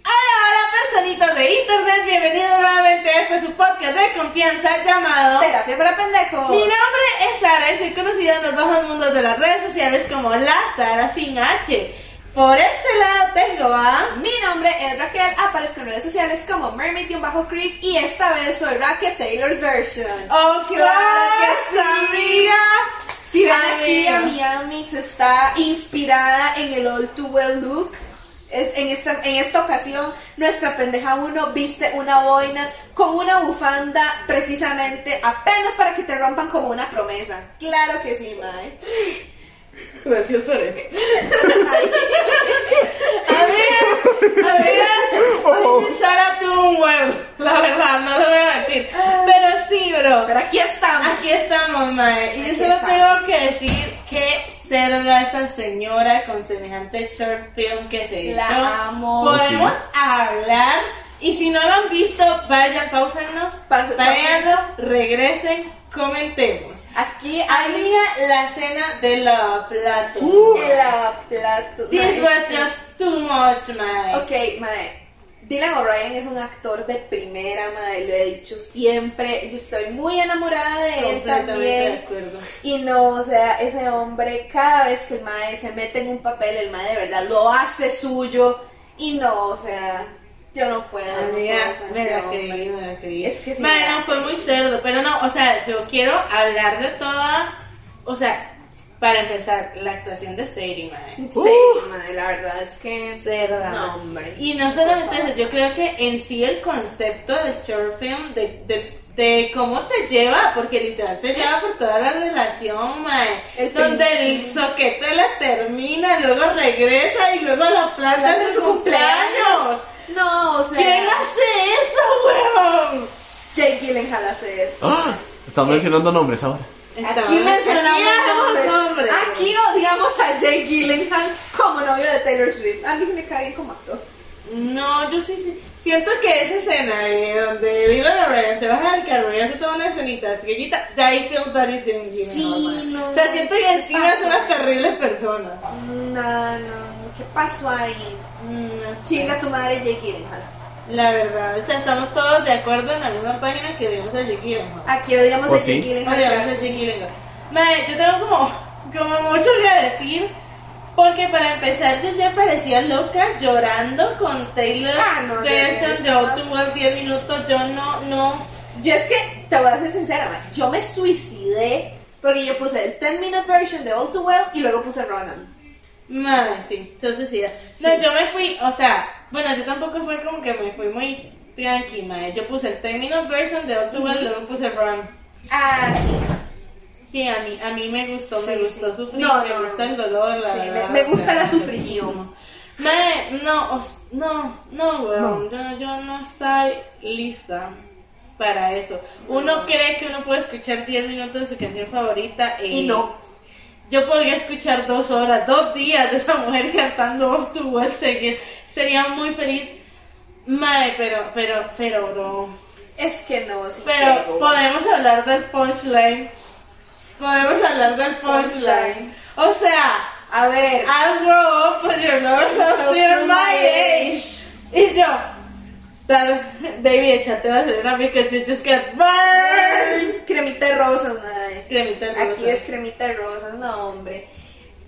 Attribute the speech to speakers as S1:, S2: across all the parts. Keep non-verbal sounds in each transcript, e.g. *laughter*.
S1: Hola, hola, personitas de internet, bienvenidos nuevamente a este su podcast de confianza llamado.
S2: Terapia para pendejos.
S1: Mi nombre es Sara y soy conocida en los bajos mundos de las redes sociales como la Sara sin H. Por este lado tengo a.
S2: Mi nombre es Raquel, aparezco en redes sociales como Mermaid-Creek y esta vez soy Raquel Taylor's version.
S1: ¡Oh,
S2: Claro que sí.
S1: amiga!
S2: Si ven aquí a
S1: Amiga.
S2: Miami, se está inspirada en el All Too Well look. Es- en, esta, en esta ocasión, nuestra pendeja 1 viste una boina con una bufanda precisamente apenas para que te rompan como una promesa. Claro que sí, Mae.
S1: Gracias por eso.
S2: *laughs*
S1: Amigas, amigas, oye, Sara tuvo un huevo, la verdad, no lo voy a mentir. Pero sí, bro.
S2: Pero aquí estamos.
S1: Aquí estamos, mae. Y yo
S2: Aquí
S1: solo
S2: estamos.
S1: tengo que decir que cerda esa señora con semejante short film que se
S2: La
S1: hizo.
S2: amo.
S1: Podemos hablar. Y si no lo han visto, vayan, pausennos,
S2: Pausa-
S1: véanlo, regresen, comentemos.
S2: Aquí hay
S1: Amiga, la cena de la plata.
S2: Uh, la plato.
S1: Uh. This
S2: Mae,
S1: was
S2: sí.
S1: just too much, mae.
S2: Ok, mae. Dylan O'Brien es un actor de primera, mae. Lo he dicho siempre. Yo estoy muy enamorada de él
S1: Completamente de
S2: también.
S1: acuerdo.
S2: Y no, o sea, ese hombre, cada vez que el mae se mete en un papel, el mae de verdad lo hace suyo. Y no, o sea, yo no puedo. Ah, no
S1: Amiga,
S2: puedo con
S1: me
S2: ese
S1: la
S2: hombre.
S1: creí, me la creí.
S2: Es que sí.
S1: Madre, no, fue muy cerdo, pero no, o sea, yo quiero hablar de toda, o sea, para empezar, la actuación de Sadie, madre.
S2: Sí,
S1: Uh.
S2: mae, la verdad es que
S1: Cerda.
S2: No,
S1: madre.
S2: hombre.
S1: Y no
S2: Por
S1: solamente
S2: favor.
S1: eso, yo creo que en sí el concepto de short film, de, de, de cómo te lleva, porque literal te lleva por toda la relación, mae.
S2: El
S1: donde
S2: principio.
S1: el soquete la termina, luego regresa y luego la planta de su cumpleaños.
S2: No, o sea.
S1: ¿Quién hace eso, huevón?
S2: Jake Gyllenhaal hace eso.
S3: ¡Ah!
S2: Eh,
S3: Estás mencionando nombres ahora.
S2: Aquí mencionamos
S1: Aquí
S2: nombres.
S1: los nombres.
S2: Aquí odiamos a Jake Gyllenhaal como novio de Taylor Swift. A mí se me cae bien como actor.
S1: No, yo sí, sí. Siento que esa escena de donde Dylan O'Brien se baja del carro y hace toda una escenita chiquita, ya ahí feel that is Jane Gyllenhaal,
S2: Sí,
S1: man.
S2: no.
S1: O sea, siento que encima
S2: Pasó.
S1: son unas terribles personas.
S2: No, no, ¿qué pasó ahí?
S1: Mm, no sé.
S2: Chinga tu madre Jake Gyllenhaal.
S1: La verdad, o sea, estamos todos de acuerdo en la misma página que debemos a Jake Gyllenhaal.
S2: Aquí odiamos
S3: Pues
S2: a
S3: sí.
S2: Jake Gyllenhaal.
S1: Vale, vamos a Jake Gyllenhaal. Madre, yo tengo como, como mucho que decir. Porque para empezar, yo ya parecía loca llorando con Taylor
S2: Ah, no, yo
S1: Version de
S2: no.
S1: Outubus 10 minutos. Yo no, no.
S2: Yo es que, te voy a ser sincera, ma, yo me suicidé porque yo puse el 10 minute version de All Too Well y luego puse Ronan.
S1: Madre, sí, yo suicida. No,
S2: Sí.
S1: yo me fui, o sea, bueno, yo tampoco fue como que me fui muy tranqui, madre. Yo puse el término version de Octubre, luego puse Run.
S2: Ah, sí.
S1: Sí, a mí, a mí me gustó, me
S2: Sí,
S1: gustó
S2: sí.
S1: sufrir,
S2: No,
S1: me
S2: no,
S1: gusta
S2: no.
S1: el dolor, la
S2: Sí, me-
S1: verdad,
S2: me gusta
S1: o sea,
S2: la sufrición.
S1: Madre, no, os- no, no, weón, Yo, yo no estoy lista para eso. Uno cree que uno puede escuchar 10 minutos de su canción favorita
S2: Y no.
S1: Yo podría escuchar dos horas, dos días de esa mujer cantando Off to World seguido. Sería muy feliz. Madre, pero, pero, pero, bro.
S2: Es que no, sí.
S1: Pero podemos hablar del punchline. Podemos hablar del punchline.
S2: Punchline.
S1: O sea,
S2: A ver.
S1: I'll grow up but your lover's
S2: I'll
S1: still
S2: still
S1: my
S2: Ah, my
S1: age. Y yo, that- baby, échate la cena because you just got burned.
S2: Cremita de rosas, madre.
S1: Cremita de
S2: Aquí
S1: rosas.
S2: es cremita de rosas, no, hombre.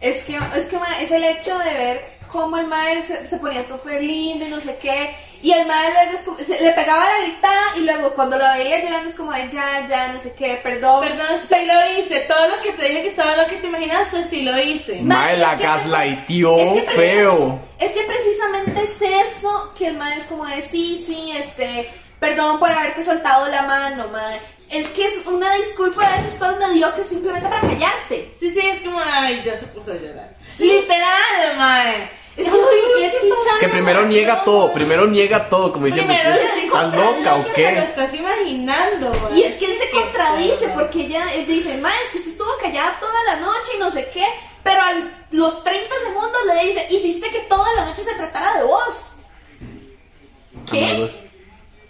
S2: Es que, es que ma, es el hecho de ver cómo el mae se, se ponía súper lindo y no sé qué. Y el mae luego es como- se- le pegaba la gritada y luego cuando lo veía llorando es como, ay, ya, ya, no sé qué, perdón.
S1: Perdón, sí lo hice. Todo lo que te dije que estaba lo que te imaginaste, sí lo hice.
S2: Ma,
S3: Mae, la
S2: es que-
S3: gaslightó
S2: es que-
S3: feo.
S2: Es que precisamente es eso que el mae es como de, sí, sí, este, perdón por haberte soltado la mano, mae. Es que es una disculpa a veces todas mediocres simplemente para callarte.
S1: Sí, sí, es como de, mae, ya se puso a llorar. Literal, mae.
S2: Es que *laughs*
S1: Uy,
S2: sí,
S1: qué
S2: ¿qué
S1: chicha.
S3: Que primero niega todo, primero niega todo, como diciendo,
S1: Primero
S3: "¿Qué?
S1: se
S3: ¿estás loca o
S1: Se lo
S3: qué?
S1: estás imaginando, mae.
S2: Y es que él se
S1: Qué
S2: contradice
S1: feo.
S2: porque ella eh, dice, ma, es que usted estuvo callada toda la noche y no sé qué, pero a los 30 segundos le dice, hiciste que toda la noche se tratara de vos. ¿Qué?
S3: Amigos.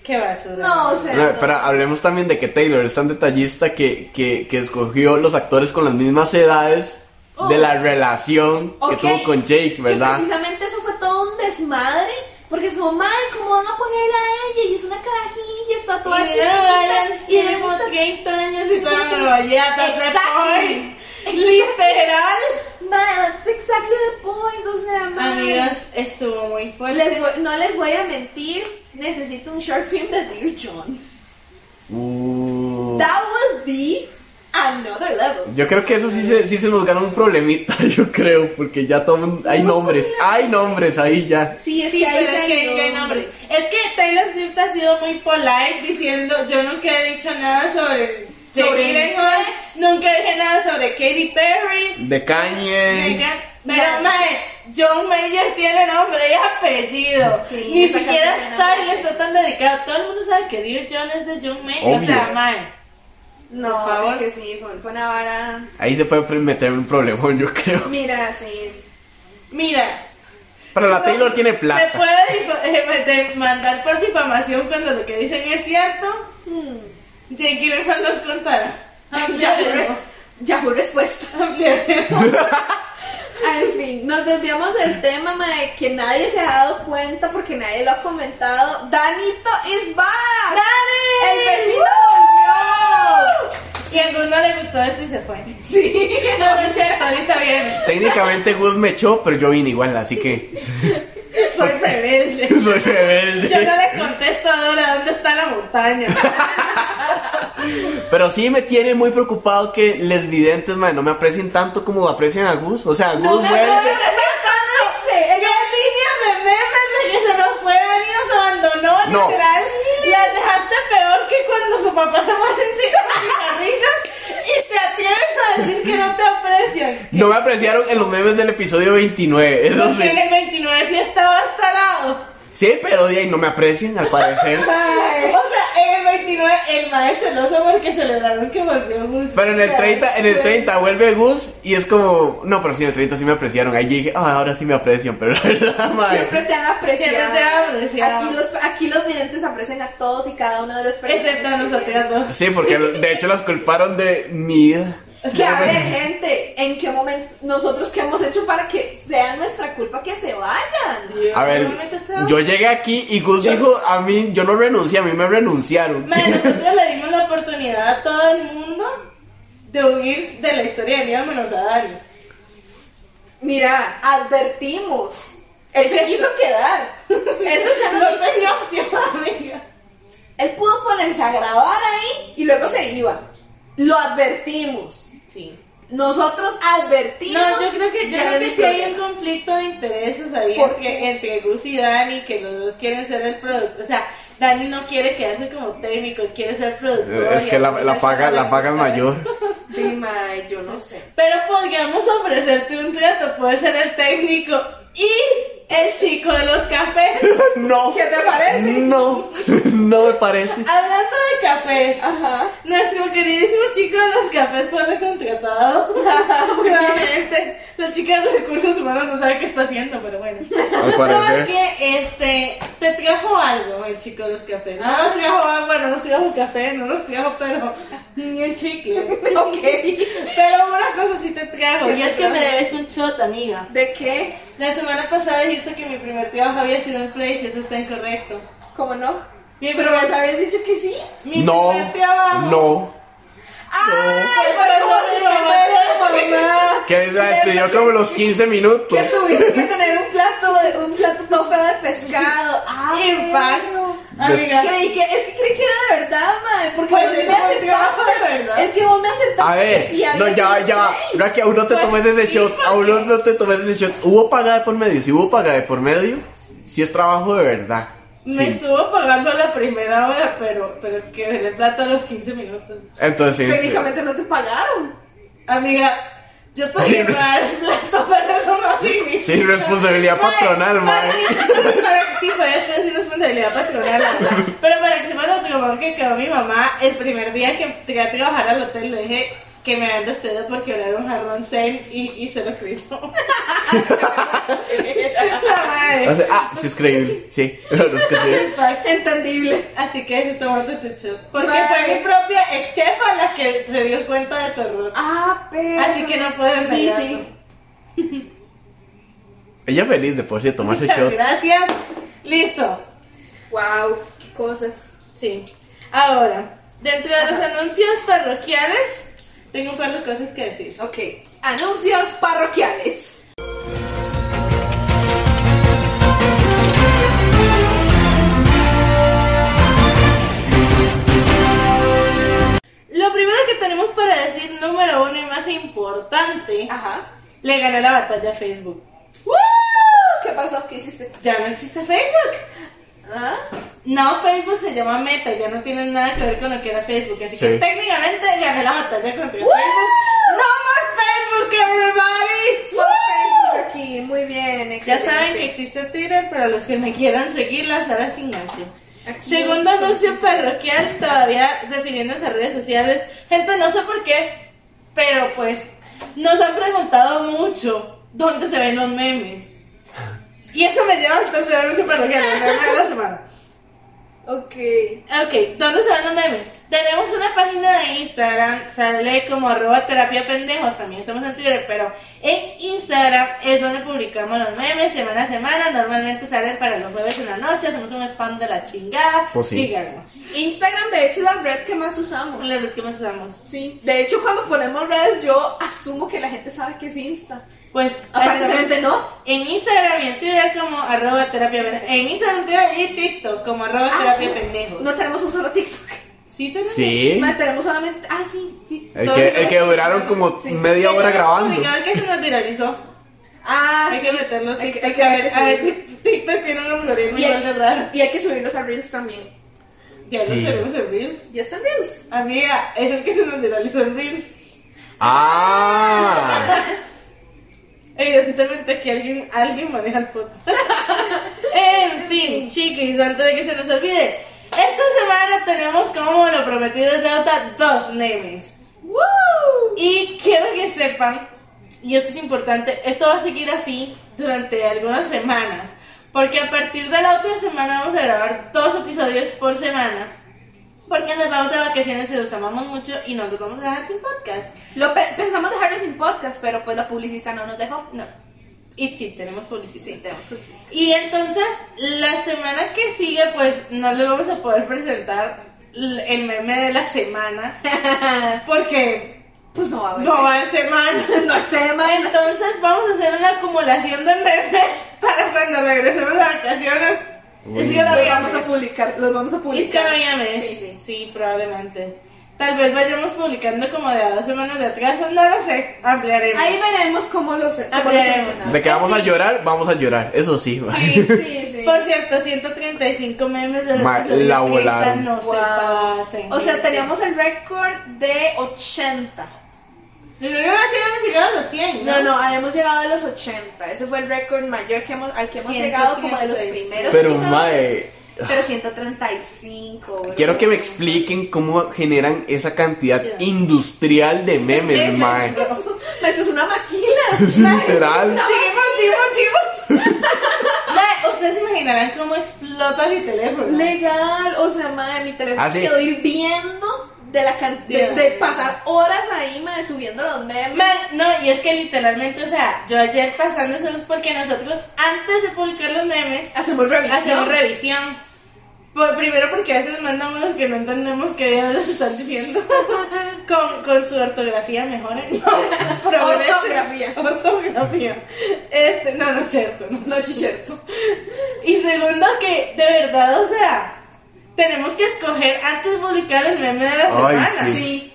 S1: Qué basura.
S2: No, o sea,
S3: Pero, pero hablemos también de que Taylor es tan detallista que, que, que escogió los actores con las mismas edades de la relación
S2: Oh. ok,
S3: que tuvo con Jake,
S2: Que
S3: ¿verdad?
S2: precisamente eso fue todo un desmadre, porque es como, madre, ¿cómo van a ponerla a ella? Y es una carajilla, está toda
S1: Y era
S2: chiquita.
S1: Ryan,
S2: Y
S1: tiene
S2: ella
S1: como
S2: está
S1: 30 años y todavía me lo hallé de
S2: *laughs* Exactly.
S1: hoy. Literal.
S2: Man, that's exactly the point, o sea, man.
S1: Amigas, estuvo muy fuerte.
S2: Les voy- no les voy a mentir, necesito un short film de Dear John.
S3: Uh,
S2: That will be another level.
S3: yo creo que eso sí se, sí se nos gana un problemita, *laughs* yo creo, porque ya toman, hay nombres, hay nombres ahí ya.
S2: Sí, es
S1: Sí,
S2: que ahí
S1: pero
S2: ya
S1: es que
S2: hay
S1: ya hay
S2: nombre.
S1: nombre. Es que Taylor Swift ha sido muy polite diciendo, yo nunca he dicho nada sobre
S2: Sobre
S1: Taylor
S2: el
S1: Swift, nunca dije nada sobre Katy Perry.
S3: De Kanye.
S1: Nunca-
S2: Nada.
S1: Pero mae, John Mayer tiene nombre y apellido.
S2: Sí,
S1: Ni
S2: esa
S1: siquiera
S2: canción
S1: Star
S2: era-
S1: le está tan dedicada. Todo el mundo sabe que Dear John es de John Mayer. O sea,
S3: Obvio.
S1: mae.
S2: No,
S1: Por favor.
S2: es que sí, fue, fue una vara.
S3: Ahí se puede meter un problemón, yo creo.
S2: Mira, sí.
S1: Mira,
S3: Pero la Taylor tiene
S1: Se
S3: plata.
S1: puede dif- *laughs* eh, meter- mandar por difamación cuando lo que dicen es cierto. Hmm.
S2: *laughs*
S1: Jake Gyllenhaal los contará.
S2: Ah,
S1: *laughs* pues,
S2: Yahoo, res- Yahoo respuesta. *laughs*
S1: Ampliaremos.
S2: En fin, nos desviamos del tema mae, que nadie se ha dado cuenta porque nadie lo ha comentado. Danito is back.
S1: ¡Dani!
S2: El vecino volvió.
S1: Si a alguno le gustó esto y se fue.
S2: Sí.
S1: No, *laughs* no, cierto, ahorita viene.
S3: Técnicamente Gus me echó, pero yo vine igual, así
S2: *laughs*
S3: que
S1: Soy rebelde.
S3: soy
S1: Yo no
S3: rebelde.
S1: le contesto a Dora dónde está la montaña.
S3: Pero sí me tiene muy preocupado que les videntes, madre, no me aprecien tanto como aprecian a Gus. O sea, Gus
S2: No me
S3: vuelve.
S1: Las
S2: acuerdo.
S1: líneas de memes de que se nos fue Dani nos abandonó,
S3: No.
S1: literal. Las dejaste peor que cuando su papá se fue a hacer cigarrillos y te atreves a decir que no te aprecian.
S3: No me apreciaron en los memes del episodio 29. Eso
S1: Porque en
S3: sí.
S1: el 29 sí estaba talado.
S3: Sí, pero de ahí no me aprecian, al parecer.
S2: Mae.
S1: O sea, en el 29 el maestro celoso porque celebraron que volvió Gus.
S3: Pero en el 30, en el 30 vuelve Gus y es como, no, pero sí, en el 30 sí me apreciaron. Ahí yo dije, ah, ahora sí me aprecian, pero la verdad, madre.
S2: Siempre te han apreciado.
S1: Siempre te han apreciado.
S2: Aquí los, aquí los videntes aprecian a todos y cada uno de los
S1: Excepto a nosotras dos.
S3: Sí, porque de hecho las culparon de mi vida.
S2: Que a ver, gente, ¿en qué momento nosotros qué hemos hecho para que sea nuestra culpa que se vayan?
S3: A ver, yo llegué aquí y Gus dijo a mí, yo no renuncié, a mí me renunciaron.
S1: Mae, nosotros le dimos la oportunidad a todo el mundo de huir de la historia de miedo menos a Dani.
S2: Mira, advertimos. Él se quiso quedar. Eso ya
S1: *laughs*
S2: no
S1: No tenía
S2: *laughs*
S1: opción, amiga.
S2: Él pudo ponerse a grabar ahí y luego se iba. Lo advertimos.
S1: Sí.
S2: Nosotros advertimos.
S1: No, yo creo que, yo
S2: Ya
S1: creo
S2: no
S1: que
S2: es
S1: sí hay un
S2: problema.
S1: conflicto de intereses ahí
S2: ¿Por
S1: entre,
S2: qué?
S1: entre Gus y Dani, que los dos quieren ser el producto. O sea, Dani no quiere quedarse como técnico, él quiere ser productor.
S3: Eh, Es
S1: y
S3: que la,
S1: hacer
S3: la
S1: esas
S3: paga,
S1: cosas,
S3: la paga es
S1: ¿sabes?
S3: mayor. *laughs*
S2: Sí, mae, yo no sé.
S1: Pero podríamos ofrecerte un trato, puedes ser el técnico y el chico de los cafés.
S3: No.
S2: ¿Qué te parece?
S3: No, *laughs* no
S1: *laughs*
S3: me parece.
S1: Hablando de cafés.
S2: Ajá.
S1: Nuestro queridísimo chico de los cafés fue
S2: *laughs*
S1: recontratado. Nuevamente, la chica de recursos humanos no sabe qué está haciendo, pero
S2: *laughs*
S1: bueno.
S3: Al parecer.
S1: Porque este, te trajo algo el chico de los cafés. No nos trajo agua, no nos trajo café, no nos trajo, pero *laughs* ni el chicle.
S2: Ok.
S1: Pero una cosa sí te trajo,
S2: ¿Qué
S1: y es
S2: te
S1: que me
S2: trajo?
S1: debes un shot, amiga.
S2: ¿De qué?
S1: La semana pasada dijiste que mi primer trabajo había sido en Place, y eso está incorrecto.
S2: ¿Cómo no?
S1: Mi
S2: Pero vos
S1: primer,
S2: habías dicho que sí.
S1: mi
S3: No,
S1: primer trabajo.
S3: no.
S2: ¡Ay!
S1: Pues,
S2: fue como
S1: perdón,
S2: si fuera de mamá.
S3: Que se despidió
S2: Cierto,
S3: como los 15 minutos.
S1: Pues
S2: Que tuviste
S1: *laughs*
S2: que tener un plato, de- un plato todo feo de pescado. ¡Ay!
S1: Infarto. Amiga.
S2: Creí que, es que creí que era verdad, mae, porque
S1: Pues
S2: vos
S1: sí,
S2: me
S1: como que
S2: aceptaste,
S1: era de verdad.
S2: es que vos me aceptaste
S3: A ver,
S2: que sí,
S3: no,
S2: había
S3: ya va,
S2: sido
S3: ya va.
S2: gay.
S3: Raquel, aún no te
S1: Pues
S3: tomes ese
S1: sí,
S3: shot. Aún no- no te tomes ese shot. Hubo paga de por medio. Si hubo paga de por medio, si es trabajo de verdad.
S1: Me
S3: Sí.
S1: estuvo pagando la primera hora, pero, pero que le plato a los 15 minutos.
S3: Entonces,
S2: Técnicamente no te pagaron.
S1: Amiga, Yo tengo que *laughs* pagar el plato, pero eso no significa.
S3: Sí, responsabilidad
S1: Mae,
S3: patronal,
S1: para
S3: mae.
S1: que- para- Sí, pues es decir responsabilidad patronal, la verdad. Pero para que sepan lo traumado que quedó mi mamá, el primer día que entré a trabajar al hotel le dije que me habían despedido porque hablaron Harlan Sale y, y se lo creyó. *laughs* la
S3: O
S1: madre.
S3: sea, ah, sí es creíble, sí. *laughs* La verdad es que sí.
S1: Fuck.
S2: Entendible.
S1: Así que tomate tu este shot. Porque
S2: Mae.
S1: fue mi propia ex jefa la que se dio cuenta de tu error.
S2: Ah, pero.
S1: Así que no pueden
S2: Sí,
S1: negarlo.
S2: sí.
S3: Ella feliz de por sí de tomarse
S1: Muchas
S3: shot.
S1: gracias. Listo.
S2: Wow, qué cosas.
S1: Sí. Ahora, dentro de los anuncios parroquiales, tengo un par de cosas que decir.
S2: Ok. Anuncios parroquiales.
S1: Lo primero que tenemos para decir, número uno y más importante,
S2: Ajá.
S1: le gané la batalla a Facebook.
S2: ¡Woo! ¿Qué pasó? ¿Qué hiciste?
S1: Ya no existe Facebook.
S2: ¿Ah?
S1: No, Facebook se llama Meta, ya no tiene nada que ver con lo que era Facebook. Así
S3: Sí.
S1: que técnicamente gané la batalla contra Facebook. ¡No more Facebook, everybody!
S2: Por Facebook aquí. Muy bien,
S1: Ya
S2: excelente.
S1: saben que existe Twitter, pero los que me quieran seguir, la sala sin gancho.
S2: Aquí
S1: Segundo
S2: excelente.
S1: anuncio parroquial, todavía refiriéndose a redes sociales. Gente, no sé por qué, pero pues nos han preguntado mucho dónde se ven los memes. Y eso me lleva al tercer anuncio parroquial, el meme de la semana.
S2: Ok.
S1: Ok, ¿dónde se ven los memes? Tenemos una página de Instagram, sale como arroba terapia pendejos, también estamos en Twitter, pero en Instagram es donde publicamos los memes semana a semana, normalmente salen para los jueves en la noche, hacemos un spam de la chingada,
S3: Pues sí.
S1: síganos.
S2: Instagram, de hecho, es la red que más usamos.
S1: La red que más usamos.
S2: Sí. De hecho, cuando ponemos redes, yo asumo que la gente sabe que es Insta.
S1: Pues
S2: Aparentemente
S1: estamos
S2: no.
S1: En Instagram y en Twitter como arroba terapia pendejos. En Instagram, Twitter y TikTok como arroba
S2: Ah,
S1: terapia
S2: sí.
S1: pendejos.
S2: No tenemos un solo TikTok.
S1: ¿Sí tenemos?
S2: *laughs*
S3: Sí.
S2: Ma, Tenemos solamente. Ah, sí, sí.
S3: El
S1: Todo
S3: que,
S1: el día.
S3: el que duraron como
S2: Sí.
S3: media
S1: Que
S3: hora
S1: ya
S3: grabando.
S1: publicado El que se nos viralizó.
S2: Ah,
S1: hay
S2: sí.
S1: que meterlo a
S2: Hay que-
S1: TikTok.
S2: hay que-
S1: a,
S2: hay que
S1: ver, a ver si
S2: subirlo.
S1: TikTok tiene un algoritmo
S2: Y
S1: igual de raro.
S2: hay, y hay que subirlos a Reels también.
S1: Ya
S3: Sí.
S1: lo tenemos en Reels.
S2: Ya están Reels.
S1: Amiga, es el que se nos viralizó en Reels.
S3: Ah,
S1: Evidentemente que alguien, alguien maneja el foto. *laughs* en fin, chiquis, antes de que se nos olvide, esta semana tenemos como lo prometido es deuda dos memes.
S2: ¡Woo!
S1: Y quiero que sepan, y esto es importante, esto va a seguir así durante algunas semanas. Porque a partir de la otra semana vamos a grabar dos episodios por semana. Porque nos vamos de vacaciones y los amamos mucho y no los vamos a dejar sin podcast.
S2: Lo pe- pensamos dejarlo sin podcast, pero pues la publicista no nos dejó.
S1: No. Y sí, tenemos publicidad.
S2: Sí, tenemos publicista.
S1: Y entonces, la semana que sigue, pues no le vamos a poder presentar l- el meme de la semana.
S2: *laughs*
S1: Porque
S2: Pues no va a haber.
S1: no va a haber semana. *laughs*
S2: no hay tema.
S1: Entonces, vamos a hacer una acumulación de memes *laughs* para cuando regresemos de vacaciones.
S3: Uy,
S1: Es que lo
S2: Los
S1: digamos
S2: vamos
S1: a
S2: a publicar. Los vamos a
S1: Es que
S2: publicar.
S1: había mes.
S2: Sí,
S1: Sí,
S2: sí.
S1: probablemente. Tal vez vayamos publicando como de a dos semanas de atraso, no lo sé. Ampliaremos.
S2: Ahí veremos cómo los cómo
S1: Ah,
S2: lo
S1: bien.
S2: solucionamos.
S3: de que vamos a llorar, vamos a llorar. Eso sí, ma.
S2: Sí, sí, *laughs* sí.
S1: Por cierto, 135 memes de los
S3: Ma,
S1: episodios
S3: la
S1: 30
S3: volaron.
S1: No
S2: Wow.
S1: se pasen.
S2: O sea,
S1: gente.
S2: teníamos el récord de 80.
S1: Yo creo que así hemos llegado a los 100.
S2: No, no, habíamos llegado a los 80. Ese fue el récord mayor que hemos, al que hemos
S1: 136.
S2: llegado como de los primeros.
S3: Pero,
S2: episodios.
S3: mae.
S2: Pero 135. boludo.
S3: Quiero que me expliquen cómo generan esa cantidad industrial de memes,
S2: *laughs*
S3: mae. *laughs*
S2: Esto es una maquila.
S3: Literal.
S1: Chivo, chivo, chivo. Ma, Ustedes se imaginarán cómo explota mi teléfono.
S2: Legal. O sea, madre, mi teléfono
S3: Ah, sí.
S2: quedó hirviendo de la can- de,
S1: Dios
S2: de
S1: mío.
S2: pasar horas ahí, madre, subiendo los memes.
S1: Ma, no, y es que literalmente, o sea, yo ayer pasándoselos porque nosotros antes de publicar los memes
S2: Hacemos revisión.
S1: hacemos revisión. Por- primero porque a veces mandan unos que no entendemos qué diablos están *laughs* diciendo. con, con su ortografía ¿eh? *laughs* mejoren.
S2: Ortografía.
S1: *laughs* Ortografía. Este, no, no es cierto. No,
S2: No, chicherto.
S1: Y segundo, que de verdad, o sea, tenemos que escoger antes de publicar el meme de la
S3: Ay,
S1: semana.
S3: sí.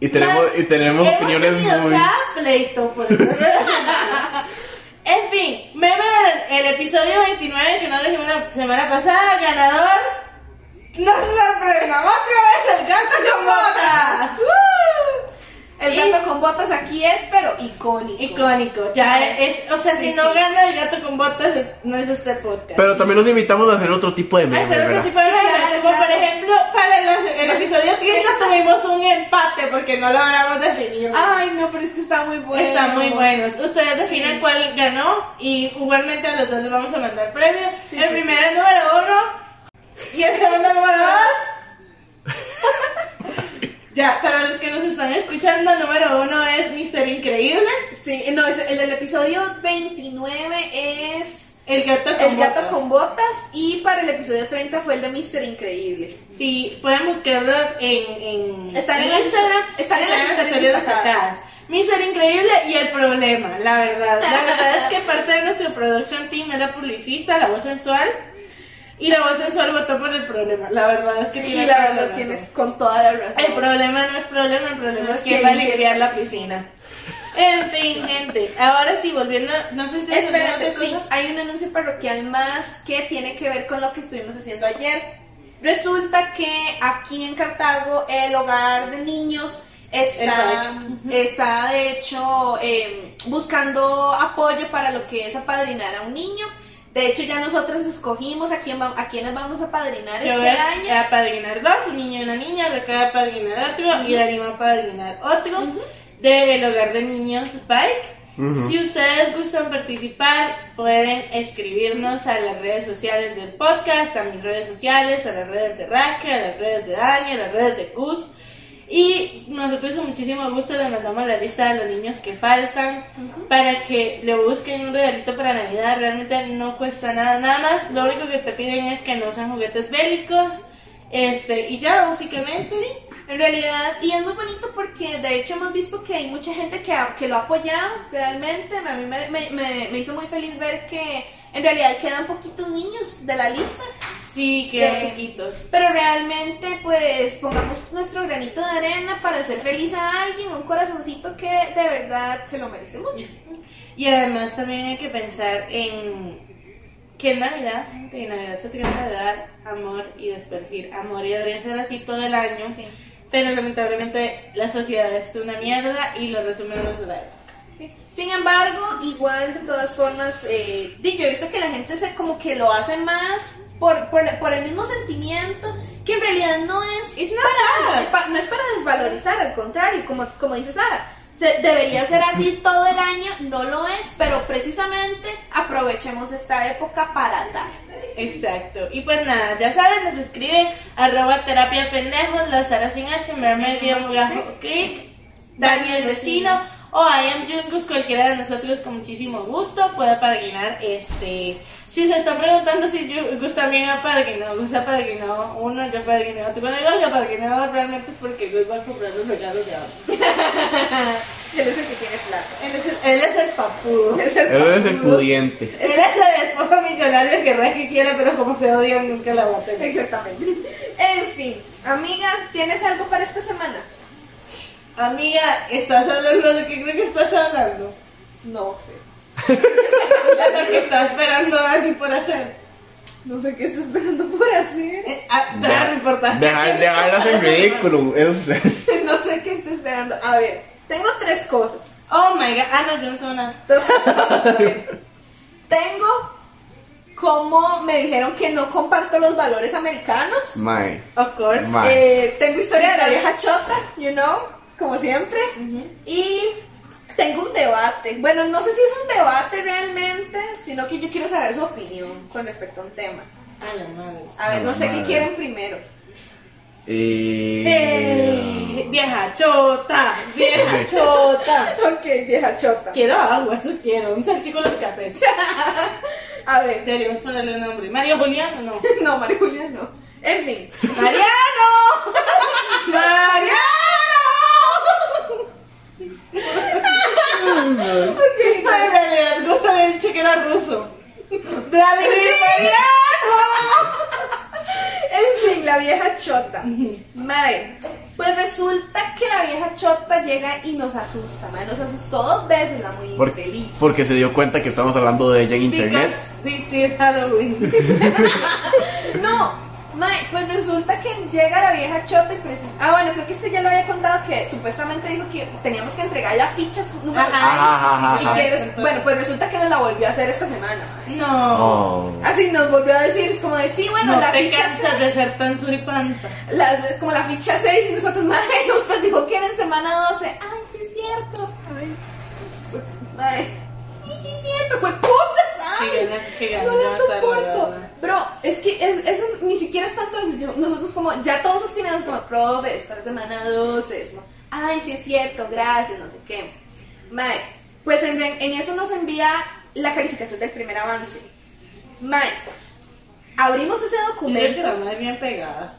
S3: Y tenemos, y tenemos
S1: Hemos
S3: opiniones
S1: tenido
S3: muy.
S1: cada pleito por el meme de la semana. *laughs* En fin, meme del el episodio 29 que no le dijimos la semana pasada, ganador. No se sorprenda, otra vez el gato con botas. ¡Woo!
S2: El
S1: Y-
S2: gato con botas aquí es, pero icónico.
S1: Icónico, ya es, o sea,
S2: Sí,
S1: si no
S2: sí.
S1: gana el gato con botas, es- no es este podcast. Ah,
S3: Pero también los invitamos a hacer otro tipo de memes,
S1: Hacer otro
S3: ¿verdad?
S1: tipo de
S2: Sí,
S1: memes,
S2: claro,
S1: como por
S2: claro.
S1: ejemplo, para el, el episodio 30 tuvimos un empate porque no logramos definir.
S2: Ay, no, pero es que está muy Ah, bueno.
S1: Está muy bueno. Ustedes definan cuál ganó y igualmente a los dos les vamos a mandar premio.
S2: Sí,
S1: el
S2: sí,
S1: primero es número uno y el segundo número dos. ya, para los que nos están escuchando, número uno es Mister Increíble,
S2: Sí, no, es- el del episodio 29 es
S1: el gato con
S2: El gato
S1: botas.
S2: con botas y para el episodio 30 fue el de Mister Increíble.
S1: Sí, pueden buscarlos en, en,
S2: Están en las- están en las historias destacadas.
S1: Mister Increíble y el problema, la verdad.
S2: *laughs*
S1: La verdad es que parte de nuestro production team era publicista, la voz sensual. Y la voz sensual votó por el problema. La verdad es que
S2: Sí,
S1: tiene
S2: la
S1: toda la
S2: verdad
S1: razón.
S2: tiene con toda la razón.
S1: El problema no es problema, el problema
S2: No
S1: es
S2: es
S1: que
S2: que
S1: va a
S2: limpie
S1: limpiar
S2: *laughs*
S1: la piscina. En fin, gente. Ahora sí, volviendo. No sé si tienes alguna
S2: Espérate,
S1: otra
S2: sí,
S1: cosa.
S2: hay un anuncio parroquial más que tiene que ver con lo que estuvimos haciendo ayer. Resulta que aquí en Cartago el hogar de niños está,
S1: El
S2: está de hecho eh, buscando apoyo para lo que es apadrinar a un niño. De hecho ya nosotras escogimos a, quién va- a quiénes vamos a apadrinar
S1: Yo
S2: este
S1: voy
S2: año.
S1: a apadrinar dos, un niño y una niña, Reca va a apadrinar otro y Dani va a apadrinar otro del hogar de niños Bike. Si ustedes gustan participar, pueden escribirnos a las redes sociales del podcast, a mis redes sociales, a las redes de Raquel, a las redes de Dani, a las redes de Gus. Y nosotros con muchísimo gusto les mandamos la lista de los niños que faltan para que le busquen un regalito para Navidad. Realmente no cuesta nada, nada más. Lo único que te piden es que no sean juguetes bélicos. Este, y ya, básicamente.
S2: Sí, en realidad, y es muy bonito porque de hecho hemos visto que hay mucha gente que, ha- que lo ha apoyado, realmente, a mí me, me- me- me hizo muy feliz ver que en realidad quedan poquitos niños de la lista,
S1: Sí,
S2: Sí.
S1: que poquitos.
S2: pero realmente pues pongamos nuestro granito de arena para hacer feliz a alguien, un corazoncito que de verdad se lo merece mucho.
S1: Y además también hay que pensar en que en Navidad, gente, en Navidad se trata de dar amor y despercir amor y debería ser así todo el año. Pero lamentablemente la sociedad es una mierda y lo resumen los horarios.
S2: Sin embargo, igual de todas formas, eh, di, yo he visto que la gente se como que lo hace más por, por, por el mismo sentimiento, que en realidad no es, para, pa- no es para desvalorizar, al contrario, como, como dice Sara, se- debería ser *laughs* así todo el año, no lo es, pero precisamente aprovechemos esta época para dar.
S1: Exacto. Y pues nada, ya saben, nos escriben arroba terapia pendejos, la Sara sin H, Mermaid guión bajo Creek, Daniel Vecino o I am Junkus, cualquiera de nosotros con muchísimo gusto puede apadrinar este. Si se están preguntando si Junkus también apadrinó, Gus apadrinó uno, yo apadriné otro, bueno, yo apadriné dos, realmente es porque Gus va a comprar los regalos de ahora.
S2: Él es el que tiene plata.
S1: Él es el, él es el papudo.
S4: *laughs*
S2: Es el
S3: Él es el
S2: papudo.
S3: pudiente.
S1: Él es el esposo millonario que re que quiere, pero como se odian nunca la va a tener.
S2: Exactamente. En fin, amiga, ¿tienes algo para esta semana?
S1: Amiga, estás hablando de lo que creo que estás hablando.
S2: No sé.
S1: De *laughs* lo que está esperando Dani por hacer.
S2: No sé qué está esperando por hacer. *laughs*
S1: Eh, ah, te va a reportar.
S3: Dejar, dejarlas en ridículo. eso es- *laughs*
S2: No sé qué está esperando. A ver, tengo tres cosas.
S1: Oh my god. Ah, no, yo no tengo nada.
S2: Dos cosas. A
S1: *laughs*
S2: ver. Tengo cómo me dijeron que no comparto los valores americanos.
S3: Mae.
S1: Of course.
S3: Ma-
S2: Eh, tengo historia de la vieja chota, you know, como siempre. Y tengo un debate. Bueno, no sé si es un debate realmente, sino que yo quiero saber su opinión con respecto a un tema.
S1: A la madre.
S2: A ver,
S3: A
S2: no
S3: la
S2: sé qué
S3: madre.
S2: quieren primero. *laughs*
S3: Eh,
S1: Eh, vieja chota. Vieja chota.
S2: Ok, vieja chota.
S1: Quiero agua, eso quiero. Un salchico con los cafés.
S2: A ver,
S1: Deberíamos ponerle un nombre. María Julián o no.
S2: *laughs* no, María Julia, no. En
S1: *laughs*
S2: fin.
S1: ¡Mariano!
S2: ¡Mariano!
S1: En realidad, Gus había dicho que era ruso. Vladimir *laughs*
S2: ¡Mariano! En fin, la vieja chota. Mae, pues resulta que la vieja chota llega y nos asusta, mae. Nos asustó dos veces la muy
S3: por-
S2: infeliz.
S3: porque se dio cuenta que estamos hablando de ella en internet.
S1: Because this is Halloween.
S2: No, Mae, pues resulta que llega la vieja chota y presenta. Ah, bueno, creo que este ya lo había contado que supuestamente dijo que teníamos que entregar las fichas. número
S4: Ajá.
S3: Ajá, ajá,
S2: Y
S3: ajá.
S2: que eres- bueno, pues resulta que nos la volvió a hacer esta semana. mae.
S4: No.
S3: Oh.
S2: Así nos volvió a decir, es como de, sí, bueno,
S4: no
S2: la
S4: te
S2: ficha.
S4: cansas de ser tan suripanta.
S2: la- es como la ficha 6 y nosotros, *laughs* mae, usted dijo que era en semana 12. Ay, sí es cierto. Ay. Mae. Sí, sí es cierto, pues puchas, ay.
S4: Que ganas, que ganas,
S2: No la
S4: no, tarde,
S2: soporto.
S4: ¿verdad?
S2: Bro, es que es- eso ni siquiera es tanto. eso. Yo- Nosotros, como ya todos sostenemos, como, profe, es para semana 12. es como, Ay, sí es cierto, gracias, no sé qué. Mae, pues en, en eso nos envía la calificación del primer avance. Mae, abrimos ese
S4: Mira que
S2: documento
S4: la madre bien pegada.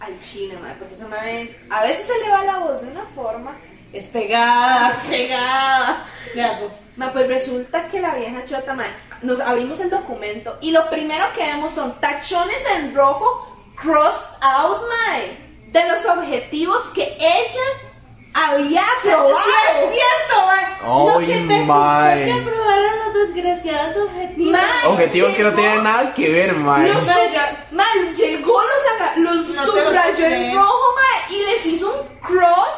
S2: al chino, mae, porque esa mae a veces se le va la voz de una forma
S4: Es pegada.
S2: pegada.
S4: Le hago.
S2: Ma, pues resulta que la vieja chota, ma, nos abrimos el documento y lo primero que vemos son tachones en rojo crossed out, mae, de los objetivos que ella había aprobado. es cierto,
S3: Oh,
S4: Lo que te
S3: mae.
S4: gusta que aprobaron los desgraciados objetivos.
S2: Mae.
S3: Objetivos que no tienen nada que ver, mae.
S4: No sé, ya-
S2: Mal, llegó, los, aga- los
S4: No te lo
S2: subrayó en
S4: creo.
S2: rojo, mae, y les hizo un cross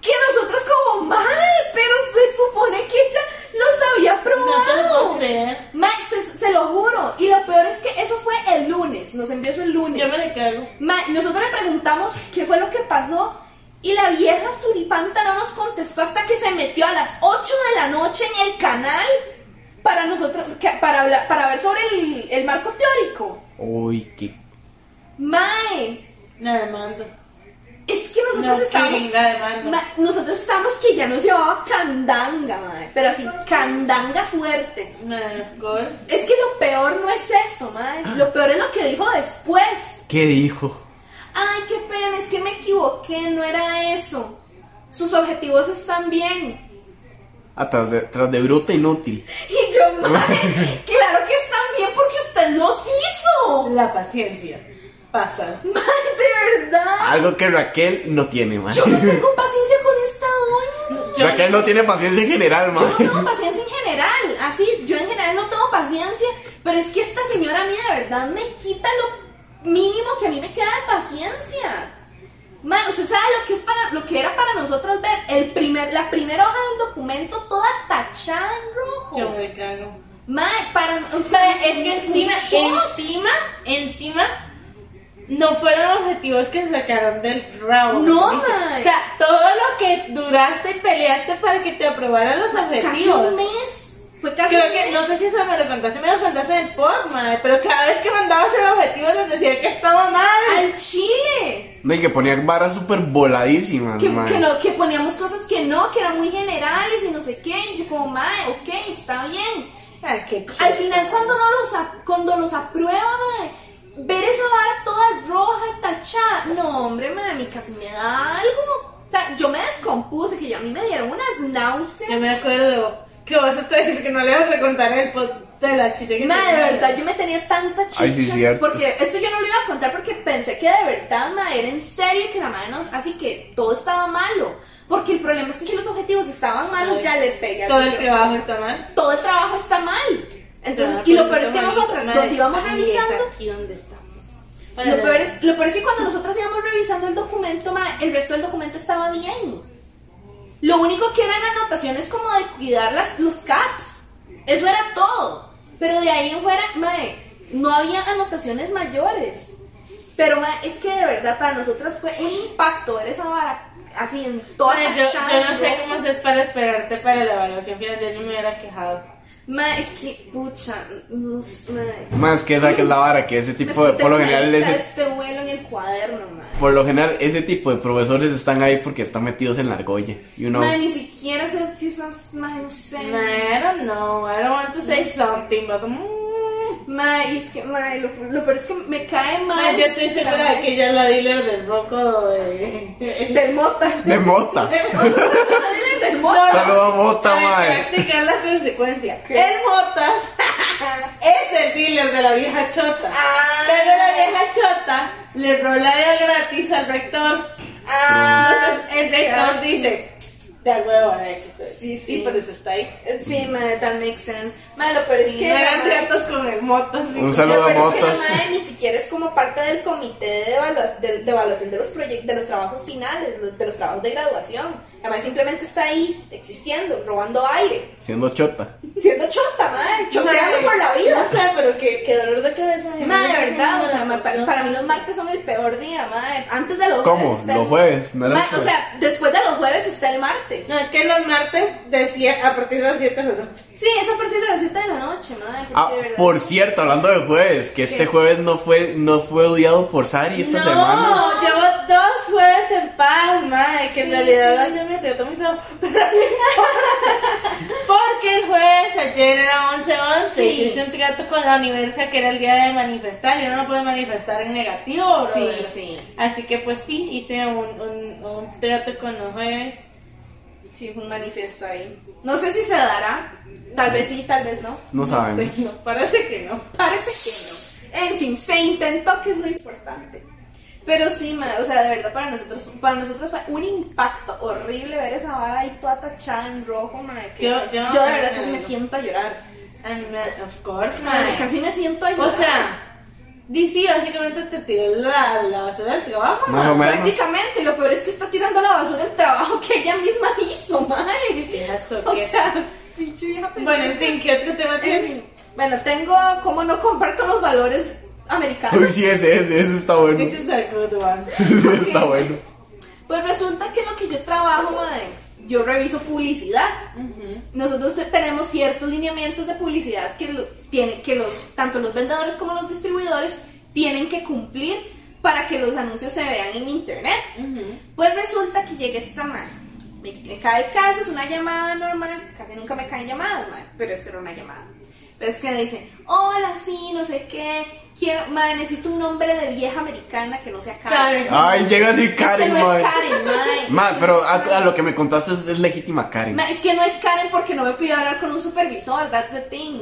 S2: que nosotros como, mae, pero se supone que ella los había aprobado.
S4: No te lo puedo creer.
S2: Mae, se, se lo juro. Y lo peor es que eso fue el lunes. Nos envió eso el lunes.
S4: Yo me le cago.
S2: Mae, nosotros le preguntamos qué fue lo que pasó. Y la vieja suripanta no nos contestó hasta que se metió a las 8 de la noche en el canal para nosotros que- para, hablar- para ver sobre el, el marco teórico.
S3: Uy, qué.
S2: Mae,
S4: La demando.
S2: es que
S4: No,
S2: nosotros
S4: que
S2: estamos
S4: venga la demanda.
S2: Ma- nosotros estábamos que ya nos llevaba candanga, mae, pero así candanga fuerte.
S4: Mae, of course.
S2: Es que lo peor no es eso, mae. Lo peor es lo que dijo después.
S3: ¿Qué dijo?
S2: Ay, qué pena, es que me equivoqué, no era eso. Sus objetivos están bien.
S3: Atrás de, Ah, tras de bruta inútil.
S2: Y yo, mae, claro que están bien porque usted los hizo.
S4: La paciencia. Pasa.
S2: Mae, de verdad.
S3: Algo que Raquel no tiene, mae.
S2: Yo no tengo paciencia con esta doña.
S4: Yo-
S3: Raquel no tiene paciencia en general,
S2: Yo no
S3: mae.
S2: tengo paciencia en general. Así, yo en general no tengo paciencia. Pero es que esta señora a mí de verdad me quita lo mínimo que a mí me queda de paciencia. Man, usted sabe lo que es para lo que era para nosotros ver el primer, la primera hoja del documento toda tachada en rojo.
S4: Yo me le cago.
S2: Mae, para
S4: Mae, es que encima,
S2: ¡oh!
S4: encima, encima, no fueron objetivos que sacaron del rabo.
S2: No,
S4: ¿viste?
S2: mae.
S4: O sea, todo lo que duraste y peleaste para que te aprobaran los
S2: casi un
S4: objetivos.
S2: mes. Fue casi
S4: Creo
S2: un
S4: que,
S2: mes.
S4: no sé si eso me lo contaste, me lo contaste en el pod, mae, pero cada vez que mandabas el objetivo les decía que estaba mal.
S2: al Chile.
S3: No, y que ponía varas súper voladísimas,
S2: que,
S3: mae.
S2: que no, que poníamos cosas que no, que eran muy generales y no sé qué. Y yo como, mae, ok, está bien.
S4: Ay, qué
S2: Al
S4: chido.
S2: final cuando no los, a- cuando los aprueba, mae, ver esa vara toda roja y tachada. No, hombre, mae, a mí casi me da algo. O sea, yo me descompuse, que ya a mí me dieron unas náuseas.
S4: Yo me acuerdo que vos hasta dijiste que no le ibas a contar en el pod de la chicha que
S2: Mae, de
S4: tenía.
S2: verdad, yo me tenía tanta chicha.
S3: Ay, sí, cierto.
S2: Porque esto yo no lo iba a contar porque pensé que de verdad, mae, era en serio y que la madre nos. Así que todo estaba malo. Porque el problema es que si los objetivos estaban malos,
S4: Ay,
S2: ya le pegué al
S4: Todo el
S2: micrófono.
S4: trabajo está mal.
S2: todo el trabajo está mal. Entonces,
S4: Claro,
S2: y lo
S4: pero
S2: peor es que
S4: toma
S2: nosotras,
S4: ahí,
S2: donde íbamos
S4: ahí
S2: revisando,
S4: es aquí donde está. Para
S2: lo
S4: la-
S2: peor, es, lo peor es que cuando nosotras íbamos revisando el documento, ma, el resto del documento estaba bien. Lo único que eran anotaciones como de cuidar las, los caps. Eso era todo. Pero de ahí en fuera, mae, no había anotaciones mayores. Pero mae, es que de verdad para nosotras fue un impacto ver esa vara así en toda
S4: Ay, yo,
S2: tachada
S4: yo
S2: en
S4: no sé
S2: rojo.
S4: cómo haces para esperarte para la evaluación final. Ya yo me hubiera quejado.
S2: Ma, es que, pucha, no sé, mae.
S3: Más que esa que es la vara, que ese tipo de. Por lo general,
S2: está
S3: ese,
S2: este vuelo en el cuaderno, man.
S3: por lo general, ese tipo de profesores están ahí porque están metidos en la argolla. Y uno.
S2: Man, ni siquiera sé si esas, man, no sé.
S4: No, I don't know. I don't want to say something, but. mm.
S2: Man, y es que, man, lo, lo peor es que me cae mal.
S4: Ay, yo estoy segura de
S2: Ay,
S4: que ya la dealer del roco de.
S2: Del mota. *laughs*
S3: De mota.
S2: Dile del mota.
S3: Saludos a mota,
S4: Para
S3: mae.
S4: practicar las consecuencias.
S2: ¿Qué?
S4: El Motas es el dealer de la vieja chota.
S2: Ah.
S4: Pero la vieja chota le rola de gratis al rector.
S2: Ah,
S4: Entonces, el rector dice, De a huevo, la X.
S2: Sí, sí.
S4: Y por eso está ahí.
S2: Sí, madre, that makes sense. Madre, lo peor es
S4: Y
S2: que.
S4: no
S2: la
S4: eran
S2: madre-
S4: tratos con el moto. así
S3: Un
S4: como-
S3: saludo
S2: lo
S3: a
S2: peor es que la
S3: Motas.
S2: madre ni siquiera es como parte del comité de, evalua- de- de evaluación de los proyectos, de los trabajos finales, los- de los trabajos de graduación. La madre simplemente está ahí, existiendo, robando aire,
S3: Siendo chota.
S2: siendo chota, madre, choteando
S4: Madre,
S2: por la vida.
S4: No sé, pero qué, qué dolor de cabeza. ¿eh? me
S2: Madre,
S4: da.
S2: de verdad, o sea, ma- pa-
S4: No.
S2: para mí los martes son el peor día, madre. Antes de los
S3: ¿Cómo?
S2: jueves. está el-
S3: Los jueves. ¿No era
S2: Ma-
S3: los
S2: o
S3: jueves?
S2: sea, después de los jueves está el martes.
S4: No, es que los martes de sie- a partir de las 7 de la noche.
S2: Sí, es a partir de las 7 de la noche, madre. porque
S3: Ah,
S2: de verdad-
S3: por cierto, hablando de jueves, que este
S2: ¿Qué?
S3: jueves no fue no fue odiado por Sari esta
S4: no,
S3: semana.
S4: llevo dos jueves en paz, madre, que en
S2: Sí,
S4: realidad
S2: sí.
S4: yo me trato muy feo, *laughs* pero no importa. Porque el jueves ayer era 11-11
S2: Sí.
S4: y hice un trato con la universidad que era el día de manifestar, yo no puedo manifestar en negativo,
S2: Sí,
S4: brother.
S2: sí.
S4: Así que pues sí, hice un, un, un trato con los jueves.
S2: Sí, fue un manifiesto ahí. No sé si se dará. Tal vez sí, tal vez no.
S3: No sabemos.
S4: sé, no, parece que no.
S2: Parece que no. En fin, se intentó, que es lo importante. Pero sí, ma, o sea, de verdad, para nosotros, para nosotros fue un impacto horrible ver esa vara ahí toda tachada en rojo, ma, que-
S4: Yo- yo no-
S2: de verdad
S4: no,
S2: casi
S4: no.
S2: me siento a llorar.
S4: And, uh, of course,
S2: Ma,
S4: madre.
S2: casi me siento a
S4: O
S2: llorar.
S4: sea, DC básicamente te tiró la, la basura del trabajo.
S3: Más o menos.
S2: prácticamente, lo peor es que está tirando a la basura el trabajo que ella misma hizo, madre.
S4: Vieja
S2: O
S4: soqueta.
S2: sea, pinche vieja
S4: Bueno, en fin, ¿qué otro tema tienes?
S2: Bueno, tengo cómo no comparto los valores americanos.
S3: Uy, sí, ese, ese, ese está bueno.
S4: This is a good one.
S3: *laughs* Ese está bueno.
S2: Pues resulta que lo que yo trabajo, madre, yo reviso publicidad. Nosotros tenemos ciertos lineamientos de publicidad que, lo- tiene, que los, tanto los vendedores como los distribuidores tienen que cumplir para que los anuncios se vean en internet. Pues resulta que llega esta madre. Me, me cae el caso, es una llamada normal. Casi nunca me caen llamadas, madre, pero esto era una llamada. Pero es que dice, hola, sí, no sé qué. Quiero, madre, necesito un nombre de vieja americana que no sea
S4: Karen.
S3: Ay, llega a decir
S2: que
S3: Karen,
S2: Este no es
S3: madre.
S2: Karen, mae.
S3: Ma, pero a, a lo que me contaste es, es legítima Karen.
S2: Ma, Es que no es Karen porque no me pidió hablar con un supervisor, that's the thing.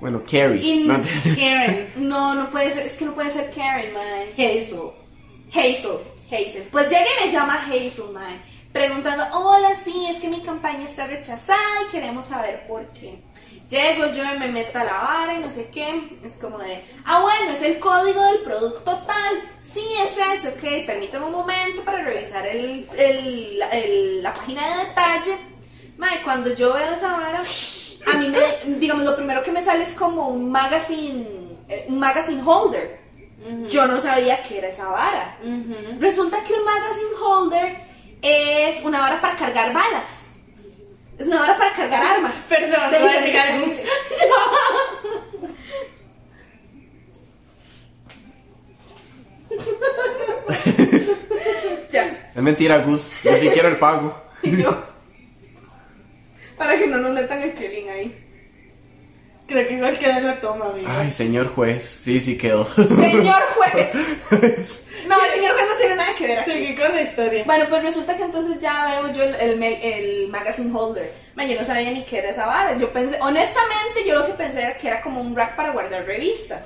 S3: Bueno, Carrie.
S2: Y-
S3: No, te-
S4: *laughs* Karen.
S2: No, no puede ser, es que no puede ser Karen, mae.
S4: Hazel.
S2: Hazel, Hazel. Pues llega y me llama Hazel, mae. Preguntando, hola, sí, es que mi campaña está rechazada y queremos saber por qué. Llego yo y me meto a la vara y no sé qué. Es como de, ah, bueno, es el código del producto tal. Sí, es eso, ok. Permítame un momento para revisar el, el- la- el- la página de detalle. Mae, cuando yo veo esa vara, a mí me, digamos, lo primero que me sale es como un magazine, eh, un magazine holder. Yo no sabía qué era esa vara.
S4: Ujú.
S2: Resulta que un magazine holder es una vara para cargar balas. Es una vara para *laughs* cargar armas.
S4: Perdón,
S2: De
S4: voy a
S2: diferentes- *laughs*
S4: pegar un-
S2: Ya,
S3: Es mentira, Gus. Yo sí quiero el pago.
S2: y yo. Para que no nos metan el violín ahí.
S4: Creo que igual queda en la toma, amigo.
S3: Ay, señor juez. Sí, sí quedó. *laughs*
S2: Señor *laughs* juez. No, el señor juez no tiene nada que ver aquí.
S4: Seguí con la historia.
S2: Bueno, pues resulta que entonces ya veo yo el, el, ma- el magazine holder. Man, yo no sabía ni qué era esa vara. Yo pensé, honestamente, yo lo que pensé era que era como un rack para guardar revistas.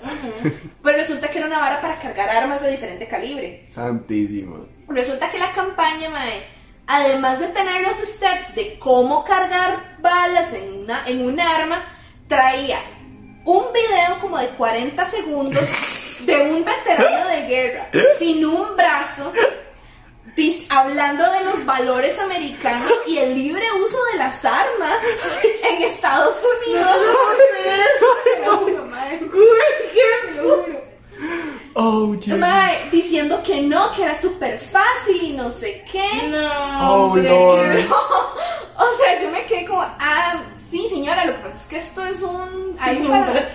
S2: Pero resulta que era una vara para cargar armas de diferente calibre.
S3: Santísimo.
S2: Resulta que la campaña, mae, además de tener los steps de cómo cargar balas en, una, en un arma, traía un video como de 40 segundos de un veterano de guerra sin un brazo dis- hablando de los valores americanos y el libre uso de las armas en Estados Unidos.
S3: Oh, yeah.
S2: Mae, diciendo que no, que era súper fácil y no sé qué.
S4: No.
S3: Oh,
S4: hombre.
S3: Lord.
S2: o sea, yo me quedé como, ah, sí, señora, lo que pasa es que esto es un. Hay un
S4: Hombre.
S2: para-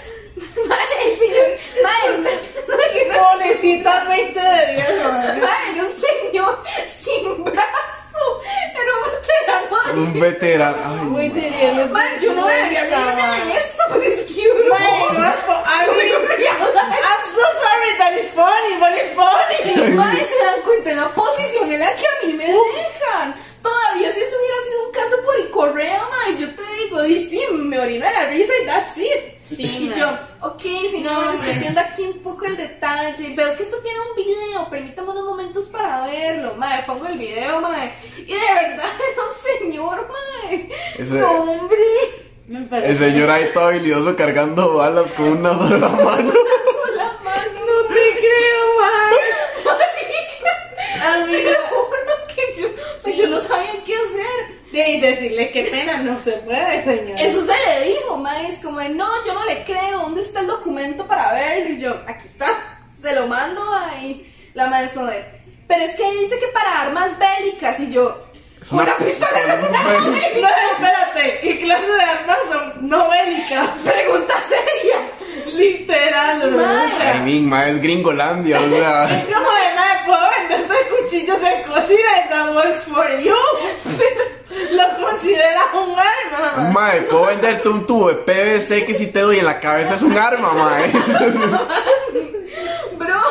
S2: Madre, el señor. Madre, no, que *laughs* no-
S4: Pobrecita 20 de Dios, madre.
S2: madre, era un señor sin brazo. Era un
S3: Un veterano. Ay,
S4: *laughs* Muy
S3: ma.
S4: serio.
S2: veterano. Madre, yo no debería reírme de esto, pero es que uno.
S4: Madre, no es po- I
S2: Yo me
S4: mean,
S2: corría a dar.
S4: I'm so sorry that it's funny, but it's funny.
S2: Madre, se dan cuenta de la posición en la que a mí me dejan. Todavía si eso hubiera sido un caso por el correo, madre, yo te digo, y sí, me orino de la risa y that's it.
S4: Sí,
S2: Y
S4: ma.
S2: yo, ok, señor,
S4: No,
S2: estoy
S4: ma.
S2: viendo aquí un poco el detalle. Veo que esto tiene un video, permítame unos momentos para verlo, mae. Pongo el video, mae. Y de verdad *laughs* era un señor, mae.
S3: Ese-
S2: No, hombre.
S4: Me
S3: El
S4: parece.
S3: señor ahí todo habilidoso cargando balas con una sola mano. *laughs*
S2: Con la mano.
S4: No te creo, ma.
S2: Te
S4: Amiga.
S2: lo juro que yo, pues yo no sabía qué hacer.
S4: De y decirle qué pena, no se puede, señor.
S2: Eso se le dijo, mae. Es como, no, yo no le creo. ¿Dónde está el documento para verlo? Y yo, aquí está. Se lo mando, ahí. La madre es como, de, pero es que ahí dice que para armas bélicas. Y yo,
S3: Es
S2: una pistola no es una arma
S3: Bueno,
S4: No,
S2: bélica.
S4: espérate, ¿qué clase de armas son no bélicas?
S2: Pregunta seria.
S4: Literal, bro.
S2: Mae.
S4: O sea,
S3: Ay, Migma, es Gringolandia, o sea.
S4: *laughs* Es como de nada, puedo venderte cuchillos de cocina y that works
S2: *laughs*
S4: for you. Lo consideras un arma.
S3: Mae, puedo venderte un tubo de PVC que si te doy en la cabeza es un arma, eh. mae.
S2: Bro,